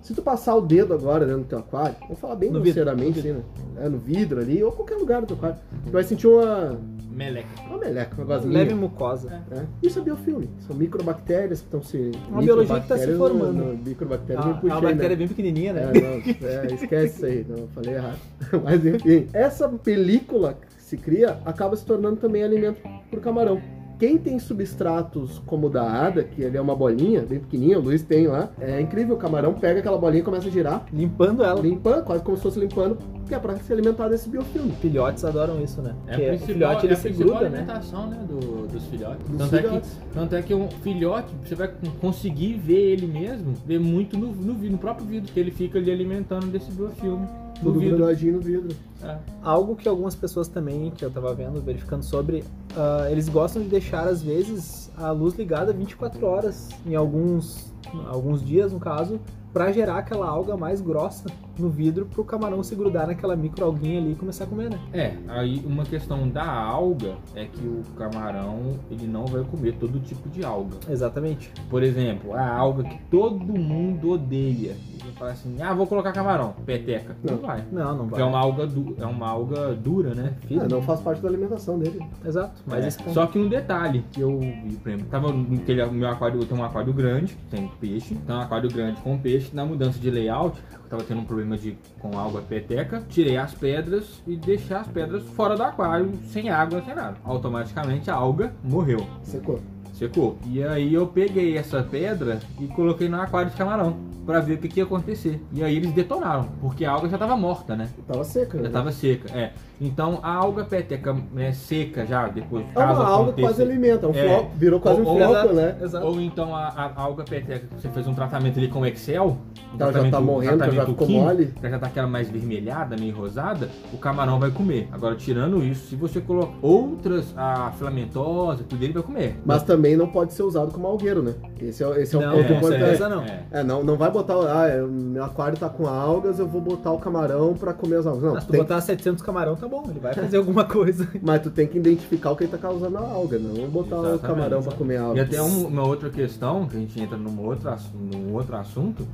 [SPEAKER 2] Se tu passar o dedo agora dentro do teu aquário, vou falar bem
[SPEAKER 1] No vidro,
[SPEAKER 2] grosseiramente, assim, né? É, no vidro ali, ou qualquer lugar do teu aquário, tu vai sentir uma,
[SPEAKER 3] Meleca.
[SPEAKER 2] uma meleca, um uma gosminha.
[SPEAKER 1] Leve mucosa.
[SPEAKER 2] É. Isso é biofilme. São microbactérias que estão se.
[SPEAKER 1] Uma biologia que tá se
[SPEAKER 2] microbactérias,
[SPEAKER 1] formando.
[SPEAKER 2] não, não, Microbactérias
[SPEAKER 1] Ah,
[SPEAKER 2] não puxei,
[SPEAKER 1] é uma bactéria
[SPEAKER 2] né?
[SPEAKER 1] bem pequenininha, né?
[SPEAKER 2] É, não, é, esquece isso aí, não, falei errado. Mas enfim, essa película que se cria acaba se tornando também alimento pro camarão. Quem tem substratos como o da Ada, que ele é uma bolinha bem pequenininha, o Luiz tem lá, é incrível, o camarão pega aquela bolinha e começa a girar,
[SPEAKER 1] Limpando ela.
[SPEAKER 2] limpando, quase como se fosse limpando, que é pra se alimentar desse biofilme.
[SPEAKER 1] Filhotes adoram isso, né?
[SPEAKER 4] É a
[SPEAKER 1] Porque o
[SPEAKER 4] principal,
[SPEAKER 1] filhote
[SPEAKER 4] é
[SPEAKER 1] ele
[SPEAKER 4] a
[SPEAKER 1] se
[SPEAKER 4] principal
[SPEAKER 1] gruda, né?
[SPEAKER 4] alimentação, né, do, dos filhotes.
[SPEAKER 2] Dos
[SPEAKER 4] tanto, É
[SPEAKER 2] filhotes.
[SPEAKER 4] que, tanto é que um filhote, você vai conseguir ver ele mesmo, ver muito no, no, vi- no próprio vídeo, que ele fica ali alimentando desse biofilme.
[SPEAKER 2] tipo,
[SPEAKER 4] No
[SPEAKER 2] do
[SPEAKER 4] vidro.
[SPEAKER 2] grelhadinho no vidro.
[SPEAKER 4] É.
[SPEAKER 1] Algo que algumas pessoas também, que eu tava vendo, verificando sobre, ah, eles gostam de deixar, às vezes, a luz ligada 24 horas, em alguns, alguns dias, no caso, pra gerar aquela alga mais grossa no vidro, pro camarão se grudar naquela microalguinha ali e começar a comer, né?
[SPEAKER 3] É, aí uma questão da alga é que o camarão ele não vai comer todo tipo de alga.
[SPEAKER 1] Exatamente.
[SPEAKER 3] Por exemplo, a alga que todo mundo odeia. Ele fala assim, ah, vou colocar camarão, peteca. Não,
[SPEAKER 2] Não.
[SPEAKER 3] vai.
[SPEAKER 1] Não, não
[SPEAKER 3] Porque
[SPEAKER 1] vai.
[SPEAKER 3] É uma alga du- é uma alga dura, né?
[SPEAKER 2] Ah, não faz parte da alimentação dele.
[SPEAKER 1] Exato. Mas
[SPEAKER 3] É.
[SPEAKER 1] esse ponto...
[SPEAKER 3] Só que um detalhe que eu vi, por exemplo, tava naquele meu aquário, eu tenho um aquário grande, tem peixe, tem um aquário grande com peixe, na mudança de layout, eu tava tendo um problema de com água peteca, tirei as pedras e deixei as pedras fora do aquário, sem água, sem nada. Automaticamente a alga morreu,
[SPEAKER 2] Secou.
[SPEAKER 3] secou. E aí eu peguei essa pedra e coloquei no aquário de camarão pra ver o que, que ia acontecer. E aí eles detonaram, porque a alga já tava morta, né?
[SPEAKER 2] Tava seca.
[SPEAKER 3] Já
[SPEAKER 2] né?
[SPEAKER 3] tava seca, é. Então a alga peteca né, seca já, depois
[SPEAKER 2] É uma alga que
[SPEAKER 3] aconteça-
[SPEAKER 2] quase alimenta. é Um
[SPEAKER 3] É.
[SPEAKER 2] floco, virou quase um
[SPEAKER 3] Ou- ou-
[SPEAKER 2] floco, né?
[SPEAKER 1] Exato.
[SPEAKER 3] Ou então a, a alga peteca, que você fez um tratamento ali com Excel, um
[SPEAKER 2] Ela já
[SPEAKER 3] tratamento-
[SPEAKER 2] tá morrendo, ela já
[SPEAKER 3] tratamento
[SPEAKER 2] ficou
[SPEAKER 3] químico,
[SPEAKER 2] mole.
[SPEAKER 3] ela já tá aquela mais vermelhada, meio rosada, o camarão vai comer. Agora, tirando isso, se você colocar outras, a filamentosa, tudo ele vai comer.
[SPEAKER 2] Mas também não pode ser usado como algueiro, né? Esse é, esse é um
[SPEAKER 1] Não,
[SPEAKER 2] ponto
[SPEAKER 1] com
[SPEAKER 2] importante.
[SPEAKER 1] certeza não.
[SPEAKER 3] É.
[SPEAKER 2] É, não, não vai botar, ah, é, meu aquário tá com algas, eu vou botar o camarão pra comer as algas. Não,
[SPEAKER 1] Ah, se
[SPEAKER 2] tu
[SPEAKER 1] tu
[SPEAKER 2] tem
[SPEAKER 1] botar 700 camarão, tá bom, ele vai fazer alguma coisa.
[SPEAKER 2] que- mas tu tem que identificar o que tá causando a alga, não botar o
[SPEAKER 3] Exatamente,
[SPEAKER 2] camarão pra
[SPEAKER 3] exatamente.
[SPEAKER 2] comer a
[SPEAKER 3] E
[SPEAKER 2] alga.
[SPEAKER 3] até um- uma outra questão, que a gente entra num outro, ass- num outro assunto,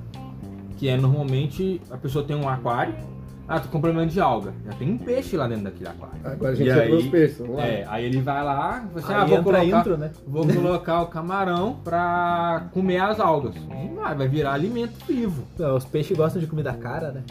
[SPEAKER 3] que é normalmente a pessoa tem um aquário, ah, tô com problema de alga, já tem um peixe lá dentro daquele aquário.
[SPEAKER 2] Agora a gente
[SPEAKER 3] E
[SPEAKER 2] entra
[SPEAKER 3] aí-
[SPEAKER 2] nos peixes, vamos lá.
[SPEAKER 3] É, aí ele vai lá, você, ah,
[SPEAKER 1] Aí entra
[SPEAKER 3] vou
[SPEAKER 1] a
[SPEAKER 3] colocar,
[SPEAKER 1] intro, né?
[SPEAKER 3] Vou colocar o camarão pra comer as algas. Não vai, vai virar alimento vivo.
[SPEAKER 1] Não, Os peixes gostam de comida cara, né?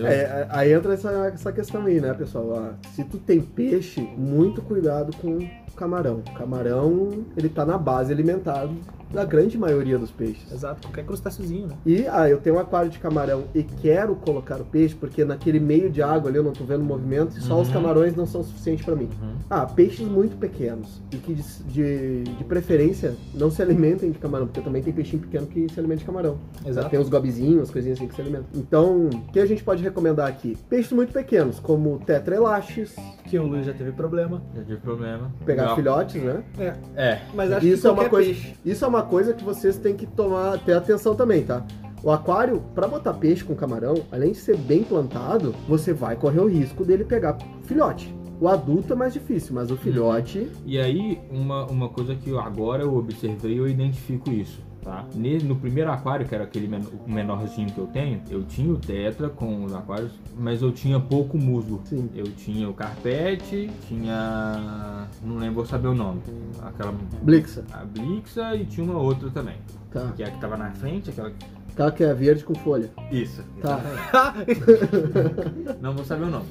[SPEAKER 3] É.
[SPEAKER 2] É, a- aí entra essa, essa questão aí, né, pessoal? Ah, se tu tem peixe, muito cuidado com o camarão. O camarão, ele tá na base alimentar da grande maioria dos peixes.
[SPEAKER 1] Exato, qualquer crustáceozinho, né?
[SPEAKER 2] E ah, eu tenho um aquário de camarão e quero colocar o peixe, porque naquele meio de água ali eu não tô vendo movimento e só
[SPEAKER 3] Uhum.
[SPEAKER 2] os camarões não são suficientes para mim.
[SPEAKER 3] Uhum.
[SPEAKER 2] Ah, peixes muito pequenos e que de, de, de preferência não se alimentem de camarão, porque também tem peixinho pequeno que se alimenta de camarão.
[SPEAKER 1] Exato.
[SPEAKER 2] Tem uns gobizinhos, umas coisinhas assim que se alimentam. Então, o que a gente pode recomendar aqui? Peixes muito pequenos, como tetraelaches,
[SPEAKER 1] Que o Luiz já teve problema.
[SPEAKER 3] Já tive problema.
[SPEAKER 2] pegar
[SPEAKER 3] Não.
[SPEAKER 2] filhotes, né?
[SPEAKER 3] É.
[SPEAKER 1] Mas acho
[SPEAKER 2] Isso
[SPEAKER 1] que
[SPEAKER 2] é uma
[SPEAKER 1] qualquer
[SPEAKER 2] coisa,
[SPEAKER 1] peixe.
[SPEAKER 2] isso é uma coisa que vocês têm que tomar, ter atenção também, tá? O aquário, pra botar peixe com camarão, além de ser bem plantado, você vai correr o risco dele pegar filhote. O adulto é mais difícil, mas o filhote,
[SPEAKER 3] E aí, uma, uma coisa que eu- agora eu observei e eu identifico isso. Tá? Ne- No primeiro aquário, que era aquele men- o menorzinho que eu tenho, eu tinha o tetra com os aquários, mas eu tinha pouco musgo.
[SPEAKER 2] sim.
[SPEAKER 3] Eu tinha o carpete, tinha. não lembro, vou saber o nome. Aquela.
[SPEAKER 2] Blixa,
[SPEAKER 3] A Blixa e tinha uma outra também.
[SPEAKER 2] tá.
[SPEAKER 3] Que é a que tava na frente, aquela.
[SPEAKER 2] Aquela que é verde com folha.
[SPEAKER 3] Isso.
[SPEAKER 2] Tá.
[SPEAKER 3] Não vou saber o nome.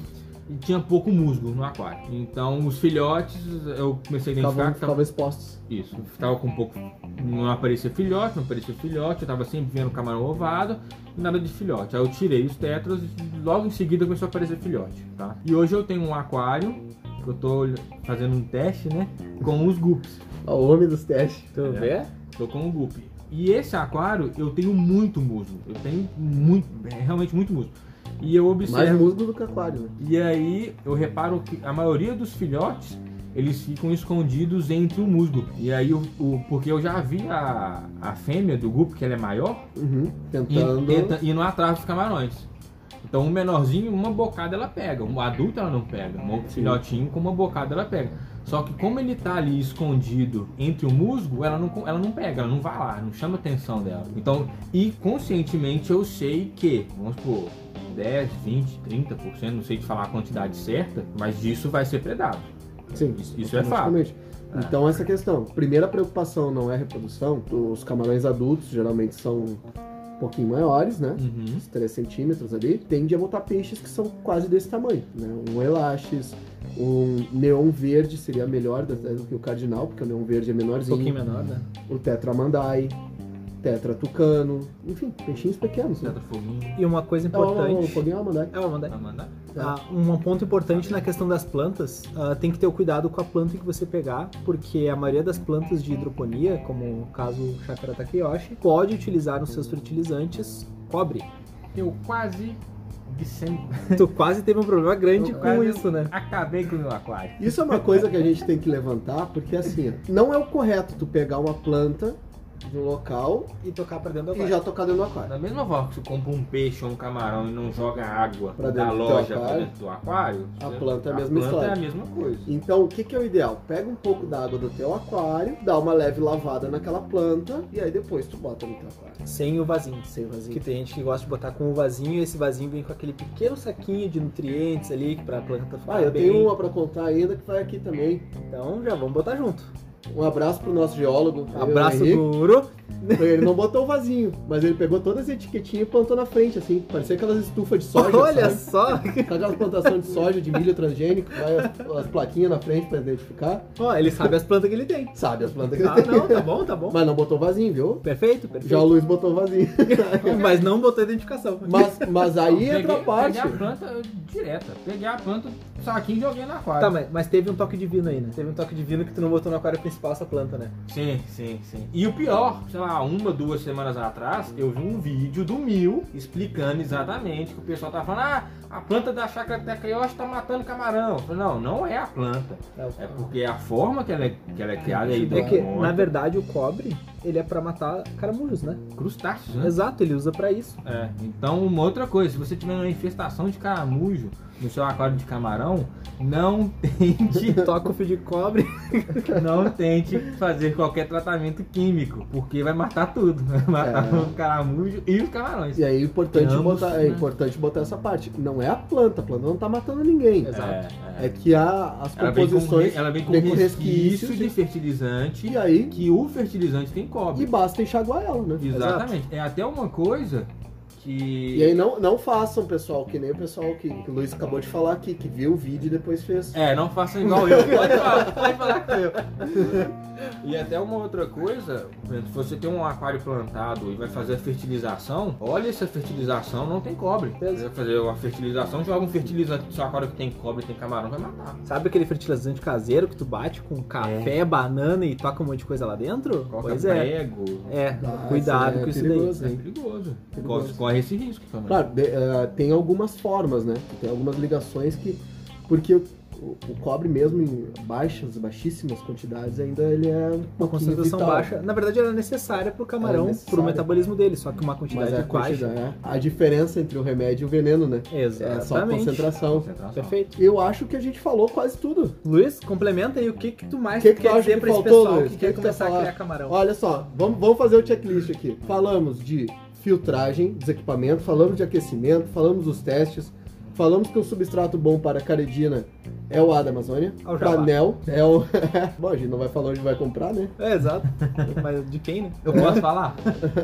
[SPEAKER 3] E tinha pouco musgo no aquário. Então os filhotes eu comecei a identificar
[SPEAKER 2] Estavam
[SPEAKER 3] que tava,
[SPEAKER 2] estavam expostos.
[SPEAKER 3] isso, tava com um pouco. Não aparecia filhote, não aparecia filhote, eu tava sempre vendo camarão ovado, nada de filhote. Aí eu tirei os tetras e logo em seguida começou a aparecer filhote, tá? E hoje eu tenho um aquário, que eu tô fazendo um teste, né? Com os guppies.
[SPEAKER 2] Ó, o homem dos testes.
[SPEAKER 1] Tu
[SPEAKER 3] É.
[SPEAKER 1] vê?
[SPEAKER 3] Tô com o Guppy. E esse aquário eu tenho muito musgo. Eu tenho muito, realmente muito musgo. E eu
[SPEAKER 2] Mais
[SPEAKER 3] observo.
[SPEAKER 2] musgo do que aquário, né?
[SPEAKER 3] E aí eu reparo que a maioria dos filhotes eles ficam escondidos entre o musgo. E aí, o, o- porque eu já vi a, a fêmea do grupo, que ela é maior,
[SPEAKER 2] Uhum.
[SPEAKER 3] e
[SPEAKER 2] Tentando.
[SPEAKER 3] tenta indo atrás dos camarões. Então, um menorzinho, uma bocada ela pega. Um adulto ela não pega. Um filhotinho com uma bocada ela pega. Só que, como ele tá ali escondido entre o musgo, ela não, ela não pega, ela não vai lá, não chama a atenção dela. Então, e conscientemente eu sei que, vamos supor, 10, 20, 30%, não sei te falar a quantidade certa, mas disso vai ser predado.
[SPEAKER 2] Sim,
[SPEAKER 3] Isso- isso é
[SPEAKER 2] automaticamente. Então essa questão. Primeira preocupação não é a reprodução. Os camarões adultos geralmente são um pouquinho maiores, né?
[SPEAKER 3] Uhum.
[SPEAKER 2] Uns 3 centímetros ali. Tende a botar peixes que são quase desse tamanho, né? Um elaches, um neon verde seria melhor do do que o cardinal, porque o neon verde é
[SPEAKER 1] Um
[SPEAKER 2] menorzinho.
[SPEAKER 1] pouquinho menor, né?
[SPEAKER 2] O tetramandai, tetra tucano, enfim, peixinhos pequenos. Né?
[SPEAKER 3] Certa foguinho.
[SPEAKER 1] E uma coisa
[SPEAKER 2] É, o- o
[SPEAKER 1] importante.
[SPEAKER 2] foguinho é o mandai.
[SPEAKER 1] É, vou mandar.
[SPEAKER 3] Vai mandar?
[SPEAKER 1] Ah, um ponto importante na questão das plantas, ah, tem que ter o cuidado com a planta que você pegar, porque a maioria das plantas de hidroponia, como o tá caso do Chakra Takeyoshi, pode utilizar nos seus fertilizantes cobre.
[SPEAKER 3] Eu quase Glicem...
[SPEAKER 1] Tu quase teve um problema grande
[SPEAKER 3] Eu
[SPEAKER 1] com
[SPEAKER 3] quase-
[SPEAKER 1] isso, né?
[SPEAKER 3] Acabei com o meu aquário.
[SPEAKER 2] Isso é uma coisa que a gente tem que levantar, porque assim, ó, não é o correto tu pegar uma planta de um local
[SPEAKER 1] E tocar pra dentro da
[SPEAKER 2] e
[SPEAKER 1] guarda.
[SPEAKER 2] já tocar dentro do aquário.
[SPEAKER 3] Da mesma forma que você compra um peixe ou um camarão e não joga água
[SPEAKER 2] Pra
[SPEAKER 3] da
[SPEAKER 2] dentro do
[SPEAKER 3] loja pra
[SPEAKER 2] aquário,
[SPEAKER 3] dentro do aquário,
[SPEAKER 2] a
[SPEAKER 3] você-
[SPEAKER 2] planta é a
[SPEAKER 3] a
[SPEAKER 2] mesma
[SPEAKER 3] planta
[SPEAKER 2] história.
[SPEAKER 3] é a mesma coisa.
[SPEAKER 2] Então, o que, que é o ideal? Pega um pouco da água do teu aquário, dá uma leve lavada naquela planta e aí depois tu bota no teu aquário.
[SPEAKER 1] Sem o vasinho.
[SPEAKER 2] Sem vazio.
[SPEAKER 1] Que tem gente que gosta de botar com o vasinho e esse vasinho vem com aquele pequeno saquinho de nutrientes ali que pra planta ficar
[SPEAKER 2] Ah, eu
[SPEAKER 1] bem.
[SPEAKER 2] tenho uma pra contar ainda que vai aqui também.
[SPEAKER 1] Então já vamos botar junto.
[SPEAKER 2] Um abraço pro nosso geólogo.
[SPEAKER 1] Um Abraço
[SPEAKER 2] Henrique.
[SPEAKER 1] do Uru.
[SPEAKER 2] Ele não botou o vasinho, mas ele pegou todas as etiquetinhas e plantou na frente, assim. Parecia aquelas estufas de soja.
[SPEAKER 1] Olha
[SPEAKER 2] sabe?
[SPEAKER 1] só!
[SPEAKER 2] Sabe Aquelas plantações de soja, de milho transgênico, vai as, as plaquinhas na frente pra identificar.
[SPEAKER 1] Ó, ele sabe as plantas que ele tem.
[SPEAKER 2] Sabe as plantas que
[SPEAKER 1] Ah,
[SPEAKER 2] ele tem.
[SPEAKER 1] não, tá bom, tá bom.
[SPEAKER 2] Mas não botou vasinho, viu?
[SPEAKER 1] Perfeito,
[SPEAKER 2] Já o
[SPEAKER 1] perfeito.
[SPEAKER 2] Luiz botou vasinho.
[SPEAKER 1] Mas não botou identificação.
[SPEAKER 2] Mas, mas
[SPEAKER 3] Não,
[SPEAKER 2] aí
[SPEAKER 3] peguei-
[SPEAKER 2] entra a parte.
[SPEAKER 3] Peguei a planta direta. Peguei a planta, saquinho e joguei no aquário.
[SPEAKER 1] Tá, mas, mas teve um toque divino aí, né? Teve um toque divino que tu não botou no aquário principal essa planta, né?
[SPEAKER 3] Sim, sim, sim. E o pior, sei lá, uma, duas semanas atrás, eu vi um vídeo do Mil explicando exatamente que o pessoal tava falando, ah, a planta da chácara Tecaioshi tá matando camarão. Eu falei, não, não é a planta.
[SPEAKER 1] É, o-
[SPEAKER 3] É porque a forma que ela é, que ela é criada aí do
[SPEAKER 1] É que,
[SPEAKER 3] hormônio,
[SPEAKER 1] na verdade, o cobre, ele é pra matar caramujos, né?
[SPEAKER 3] crustáceos, né?
[SPEAKER 1] Exato, ele usa pra isso.
[SPEAKER 3] É, então uma outra coisa, se você tiver uma infestação de caramujo no seu aquário de camarão, não tente
[SPEAKER 1] Toca o fio de cobre.
[SPEAKER 3] Não tente fazer qualquer tratamento químico, porque vai matar tudo. né? Vai matar
[SPEAKER 2] É.
[SPEAKER 3] o caramujo e os camarões.
[SPEAKER 2] E aí é importante,
[SPEAKER 3] Ambos,
[SPEAKER 2] botar, é
[SPEAKER 3] né?
[SPEAKER 2] importante botar essa parte. Não é a planta, a planta não tá matando ninguém.
[SPEAKER 1] Exato.
[SPEAKER 3] É, é.
[SPEAKER 2] É que a, as
[SPEAKER 3] Ela vem com,
[SPEAKER 2] composições.
[SPEAKER 3] re- ela vem com
[SPEAKER 2] vem com
[SPEAKER 3] resquício
[SPEAKER 2] resquícios,
[SPEAKER 3] de
[SPEAKER 2] e-
[SPEAKER 3] fertilizante,
[SPEAKER 2] E aí,
[SPEAKER 3] que o fertilizante tem
[SPEAKER 2] e
[SPEAKER 3] cobre.
[SPEAKER 2] basta enxaguar ela, né?
[SPEAKER 3] Exatamente. É até uma coisa que...
[SPEAKER 2] E aí não, não façam, pessoal, que nem o pessoal que, que o Luiz acabou de falar aqui, que viu o vídeo e depois fez.
[SPEAKER 3] É, não façam igual eu. Pode falar, pode falar que eu. E até uma outra coisa, por exemplo, se você tem um aquário plantado e vai fazer a fertilização, olha essa fertilização, não tem cobre.
[SPEAKER 2] é.
[SPEAKER 3] Você vai fazer uma fertilização, joga um fertilizante no seu aquário que tem cobre, tem camarão, vai matar.
[SPEAKER 1] Sabe aquele fertilizante caseiro que tu bate com
[SPEAKER 3] É.
[SPEAKER 1] café, banana e toca um monte de coisa lá dentro?
[SPEAKER 3] Coloca
[SPEAKER 1] pois é.
[SPEAKER 3] prego.
[SPEAKER 1] É,
[SPEAKER 2] Ah,
[SPEAKER 1] cuidado
[SPEAKER 2] isso é
[SPEAKER 1] com isso
[SPEAKER 2] perigoso,
[SPEAKER 3] É
[SPEAKER 2] hein?
[SPEAKER 3] perigoso.
[SPEAKER 2] Perigoso.
[SPEAKER 3] Corre- Corre esse risco também.
[SPEAKER 2] Claro, de- eh, tem algumas formas, né? Tem algumas ligações que. Porque o, o cobre, mesmo em baixas, baixíssimas quantidades, ainda ele é um
[SPEAKER 1] Uma
[SPEAKER 2] pouquinho
[SPEAKER 1] concentração
[SPEAKER 2] vital.
[SPEAKER 1] baixa. Na verdade, ela é necessária pro
[SPEAKER 2] Ela é
[SPEAKER 1] camarão,
[SPEAKER 2] necessária.
[SPEAKER 1] pro metabolismo dele, só que uma
[SPEAKER 2] Mas
[SPEAKER 1] quantidade
[SPEAKER 2] é a
[SPEAKER 1] baixa.
[SPEAKER 2] quantidade. é. A diferença entre o remédio e o veneno, né? É só a
[SPEAKER 1] Exatamente.
[SPEAKER 2] concentração.
[SPEAKER 3] Concentração.
[SPEAKER 1] Perfeito.
[SPEAKER 2] Eu acho que a gente falou quase tudo.
[SPEAKER 1] Luiz, complementa aí o que, que tu mais
[SPEAKER 2] O que que tu
[SPEAKER 1] quer
[SPEAKER 2] acha
[SPEAKER 1] dizer
[SPEAKER 2] que
[SPEAKER 1] pra esse
[SPEAKER 2] faltou,
[SPEAKER 1] pessoal
[SPEAKER 2] Luiz?
[SPEAKER 1] que
[SPEAKER 2] O que
[SPEAKER 1] quer
[SPEAKER 2] que tu vai
[SPEAKER 1] começar a
[SPEAKER 2] falar?
[SPEAKER 1] criar camarão.
[SPEAKER 2] Olha só, vamos, vamos fazer o checklist aqui. Falamos de filtragem dos equipamentos, falamos de aquecimento, falamos dos testes, falamos que um substrato bom para a caridina é o A da Amazônia,
[SPEAKER 1] É o Jabá.
[SPEAKER 2] Panel é o... bom, a gente não vai falar onde vai comprar, né?
[SPEAKER 1] É, exato. Mas de quem, né?
[SPEAKER 3] Eu posso falar?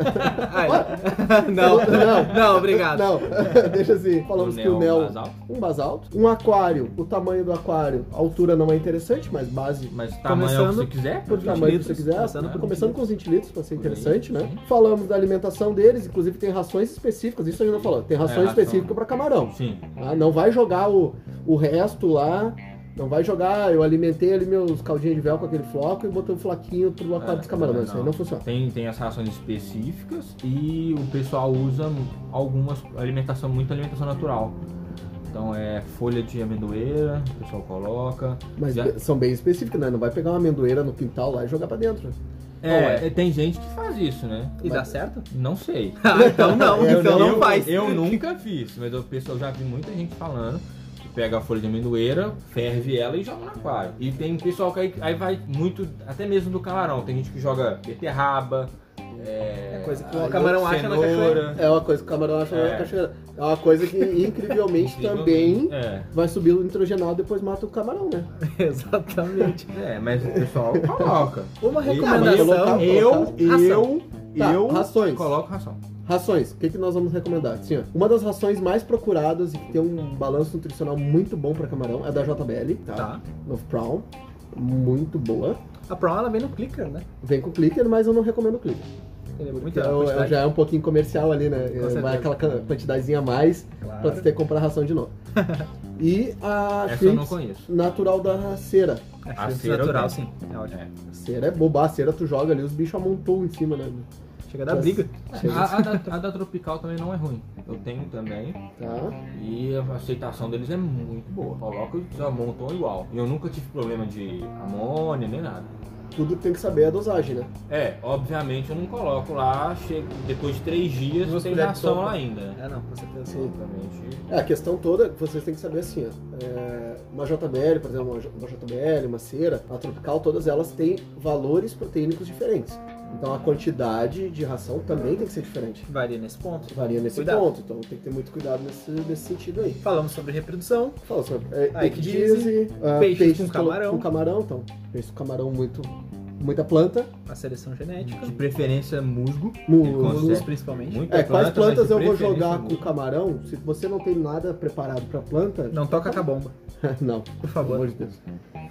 [SPEAKER 1] Ah, é. não.
[SPEAKER 2] Não.
[SPEAKER 1] não, obrigado.
[SPEAKER 2] Não, deixa assim. Falamos
[SPEAKER 3] O
[SPEAKER 2] que o
[SPEAKER 3] neo
[SPEAKER 2] Nel...
[SPEAKER 3] basal.
[SPEAKER 2] Um basalto, um aquário, o tamanho do aquário, a altura não é interessante, mas base
[SPEAKER 3] Mas tamanho é o que você
[SPEAKER 1] Começando
[SPEAKER 3] quiser.
[SPEAKER 2] por
[SPEAKER 1] 20
[SPEAKER 2] tamanho
[SPEAKER 1] litros,
[SPEAKER 2] que você quiser,
[SPEAKER 1] começando
[SPEAKER 2] começando,
[SPEAKER 1] por
[SPEAKER 2] com os 20 litros para ser
[SPEAKER 3] Por aí,
[SPEAKER 2] interessante, né?
[SPEAKER 3] sim.
[SPEAKER 2] Falamos da alimentação deles, inclusive tem rações específicas, isso a gente não falou, tem rações
[SPEAKER 3] É, ração.
[SPEAKER 2] específicas para camarão.
[SPEAKER 3] Sim.
[SPEAKER 2] tá? Não vai jogar o, o resto lá, não vai jogar, eu alimentei ali meus caldinhos de véu com aquele floco e botei um flaquinho pro aquário
[SPEAKER 3] É,
[SPEAKER 2] dos camarões,
[SPEAKER 3] não.
[SPEAKER 2] isso aí não funciona.
[SPEAKER 3] Tem, tem as rações específicas e o pessoal usa algumas alimentação, muita alimentação natural. Então é folha de amendoeira, o pessoal coloca.
[SPEAKER 2] Mas
[SPEAKER 3] Já-
[SPEAKER 1] é,
[SPEAKER 2] be- são bem específicas, né? Não vai pegar uma amendoeira no quintal lá e jogar pra dentro.
[SPEAKER 3] É, tem gente que faz isso, né?
[SPEAKER 1] E dá certo?
[SPEAKER 3] Não sei.
[SPEAKER 1] Ah, então não,
[SPEAKER 2] Eu
[SPEAKER 1] então não
[SPEAKER 3] eu,
[SPEAKER 1] faz.
[SPEAKER 3] eu nunca fiz, mas o pessoal já vi muita gente falando. que Pega a folha de amendoeira, ferve ela e joga no aquário. E tem um pessoal que aí, aí vai muito, até mesmo do camarão. Tem gente que joga beterraba, é,
[SPEAKER 1] É coisa que
[SPEAKER 2] o
[SPEAKER 1] camarão acha na cachoeira.
[SPEAKER 2] É uma coisa que o camarão acha na
[SPEAKER 3] É.
[SPEAKER 2] cachoeira. É uma coisa que, incrivelmente, também
[SPEAKER 3] É.
[SPEAKER 2] vai subir o nitrogenal e depois mata o camarão, né?
[SPEAKER 1] Exatamente.
[SPEAKER 3] É, mas o pessoal coloca.
[SPEAKER 1] Uma
[SPEAKER 3] Eu-
[SPEAKER 2] Tá,
[SPEAKER 1] recomendação.
[SPEAKER 3] Eu, eu,
[SPEAKER 2] Ração.
[SPEAKER 3] eu,
[SPEAKER 2] Tá, rações.
[SPEAKER 3] coloco ração.
[SPEAKER 2] Rações, o que, que nós vamos recomendar? Sim, ó, uma das rações mais procuradas e que tem um balanço nutricional muito bom para camarão é da JBL, tá?
[SPEAKER 1] Tá.
[SPEAKER 2] Love Brown, muito boa.
[SPEAKER 1] A Pro ela vem no clicker, né?
[SPEAKER 2] Vem com clicker, mas eu não recomendo clicker.
[SPEAKER 1] Ele é muito
[SPEAKER 2] Porque é o-
[SPEAKER 1] quantidade.
[SPEAKER 2] já é um pouquinho comercial ali, né? É,
[SPEAKER 1] certeza.
[SPEAKER 2] Vai aquela can- quantidadezinha a mais
[SPEAKER 1] Claro.
[SPEAKER 2] pra tu ter que comprar ração de novo. e a
[SPEAKER 3] Essa eu não
[SPEAKER 2] Shrimps
[SPEAKER 3] conheço.
[SPEAKER 2] natural da cera.
[SPEAKER 1] É
[SPEAKER 3] A
[SPEAKER 1] filtro
[SPEAKER 3] cera eu
[SPEAKER 1] natural,
[SPEAKER 3] tenho.
[SPEAKER 1] sim. É ótimo.
[SPEAKER 2] Cera é boba, a cera tu joga ali, os bichos amontou em cima, né?
[SPEAKER 1] Chega a dar briga.
[SPEAKER 3] A, a da, a da Tropical também não é ruim. Eu tenho também.
[SPEAKER 2] Tá.
[SPEAKER 3] E a aceitação deles é muito boa. Coloca já montam igual. E eu nunca tive problema de amônia nem nada.
[SPEAKER 2] Tudo que tem que saber é a dosagem, né?
[SPEAKER 3] É, obviamente eu não coloco lá, chego, depois de três dias
[SPEAKER 1] Duas
[SPEAKER 3] tem
[SPEAKER 1] colheres de
[SPEAKER 3] reação
[SPEAKER 1] sopa.
[SPEAKER 3] lá ainda. né?
[SPEAKER 1] É, não, com certeza.
[SPEAKER 3] Obviamente.
[SPEAKER 2] É, a questão toda, vocês têm que saber assim, ó. É, uma JBL, por exemplo, uma J- uma JBL, uma cera, a tropical, todas elas têm valores proteínicos diferentes. Então a quantidade de ração também tem que ser diferente.
[SPEAKER 1] Varia nesse ponto.
[SPEAKER 2] Varia nesse
[SPEAKER 1] Cuidado.
[SPEAKER 2] ponto, então tem que ter muito cuidado nesse, nesse sentido aí.
[SPEAKER 1] Falamos sobre reprodução.
[SPEAKER 2] Fala sobre é,
[SPEAKER 1] Ah,
[SPEAKER 2] equidise, ah,
[SPEAKER 1] peixes com
[SPEAKER 2] colo-
[SPEAKER 1] camarão.
[SPEAKER 2] com camarão, então. Peixe com camarão, muito, muita planta.
[SPEAKER 1] a seleção genética,
[SPEAKER 3] De preferência musgo.
[SPEAKER 2] Mu-
[SPEAKER 3] Ele
[SPEAKER 1] os
[SPEAKER 3] consegue.
[SPEAKER 1] luz principalmente.
[SPEAKER 3] Muita
[SPEAKER 2] É, quais
[SPEAKER 3] planta, mas
[SPEAKER 2] plantas
[SPEAKER 3] de
[SPEAKER 2] eu vou
[SPEAKER 3] preferência
[SPEAKER 2] jogar com
[SPEAKER 3] musgo.
[SPEAKER 2] camarão? Se você não tem nada preparado pra planta,
[SPEAKER 1] Não toca com a bomba,
[SPEAKER 2] não,
[SPEAKER 1] por
[SPEAKER 2] pelo
[SPEAKER 1] favor.
[SPEAKER 2] amor de Deus.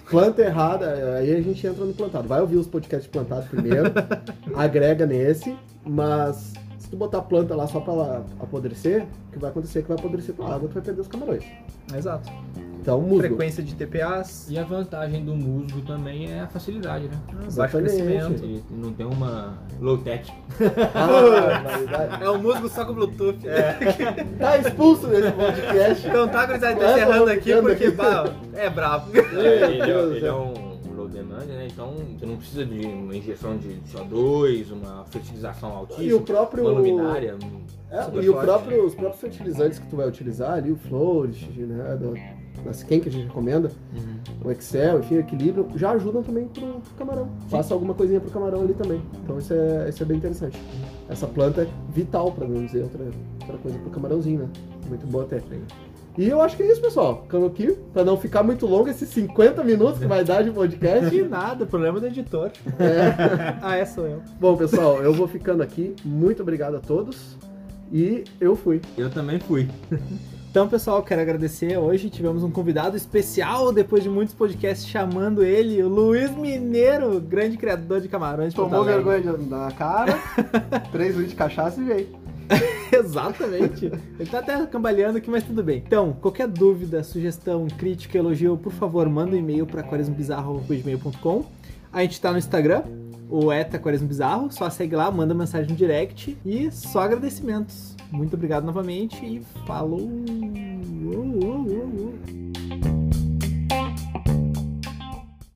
[SPEAKER 2] Planta errada, aí a gente entra no plantado. Vai ouvir os podcasts plantados primeiro, agrega nesse, mas se tu botar planta lá só pra ela apodrecer, o que vai acontecer é que vai apodrecer tua água, tu vai perder os camarões.
[SPEAKER 1] Exato.
[SPEAKER 2] Então, musgo.
[SPEAKER 1] Frequência de TPAs,
[SPEAKER 3] E a vantagem do musgo também é a facilidade, né?
[SPEAKER 1] baixo
[SPEAKER 2] Exatamente.
[SPEAKER 1] crescimento.
[SPEAKER 3] Ele não tem uma low-tech.
[SPEAKER 2] Ah, barbaridade.
[SPEAKER 1] É o musgo só com Bluetooth.
[SPEAKER 2] tá expulso desse podcast.
[SPEAKER 1] É. Então tá, gurizada, tô
[SPEAKER 2] Essa
[SPEAKER 1] encerrando
[SPEAKER 2] eu tô
[SPEAKER 1] aqui
[SPEAKER 2] ficando
[SPEAKER 1] porque
[SPEAKER 2] aqui.
[SPEAKER 1] bah, é brabo.
[SPEAKER 3] É, ele, é-
[SPEAKER 2] Deus do
[SPEAKER 3] ele é
[SPEAKER 2] céu.
[SPEAKER 3] um low demand, né? Então você não precisa de uma injeção de CO2, uma fertilização altíssima,
[SPEAKER 2] E o próprio-
[SPEAKER 3] uma luminária. um-
[SPEAKER 2] É,
[SPEAKER 3] super
[SPEAKER 2] e o
[SPEAKER 3] forte.
[SPEAKER 2] próprio, os próprios fertilizantes que tu vai utilizar ali, o Flourish, né, da, da Skin que a gente recomenda,
[SPEAKER 3] Uhum.
[SPEAKER 2] o Excel, enfim, o Equilíbrio, já ajudam também pro, pro camarão. Faça alguma coisinha pro camarão ali também. Então isso é, isso é bem interessante. Essa planta é vital, pra não dizer outra, outra coisa, pro camarãozinho, né? Muito boa até. E eu acho que é isso, pessoal. Ficamos aqui, pra não ficar muito longo esses 50 minutos que vai dar de podcast.
[SPEAKER 1] De nada, problema do editor. ah, é, sou eu.
[SPEAKER 2] Bom, pessoal, eu vou ficando aqui. Muito obrigado a todos. E eu fui.
[SPEAKER 3] Eu também fui.
[SPEAKER 1] Então, pessoal, quero agradecer. Hoje tivemos um convidado especial, depois de muitos podcasts chamando ele, o Luiz Mineiro, grande criador de camarões. de Porto Alegre.
[SPEAKER 2] de- na cara, três litros de cachaça e veio.
[SPEAKER 1] Exatamente. Ele tá até cambaleando aqui, mas tudo bem. Então, qualquer dúvida, sugestão, crítica, elogio, por favor, manda um e-mail para aquarismobizarro.com. A gente tá no Instagram, o eta Aquarismo Bizarro, só segue lá, manda mensagem no direct e só agradecimentos. Muito obrigado novamente e falou!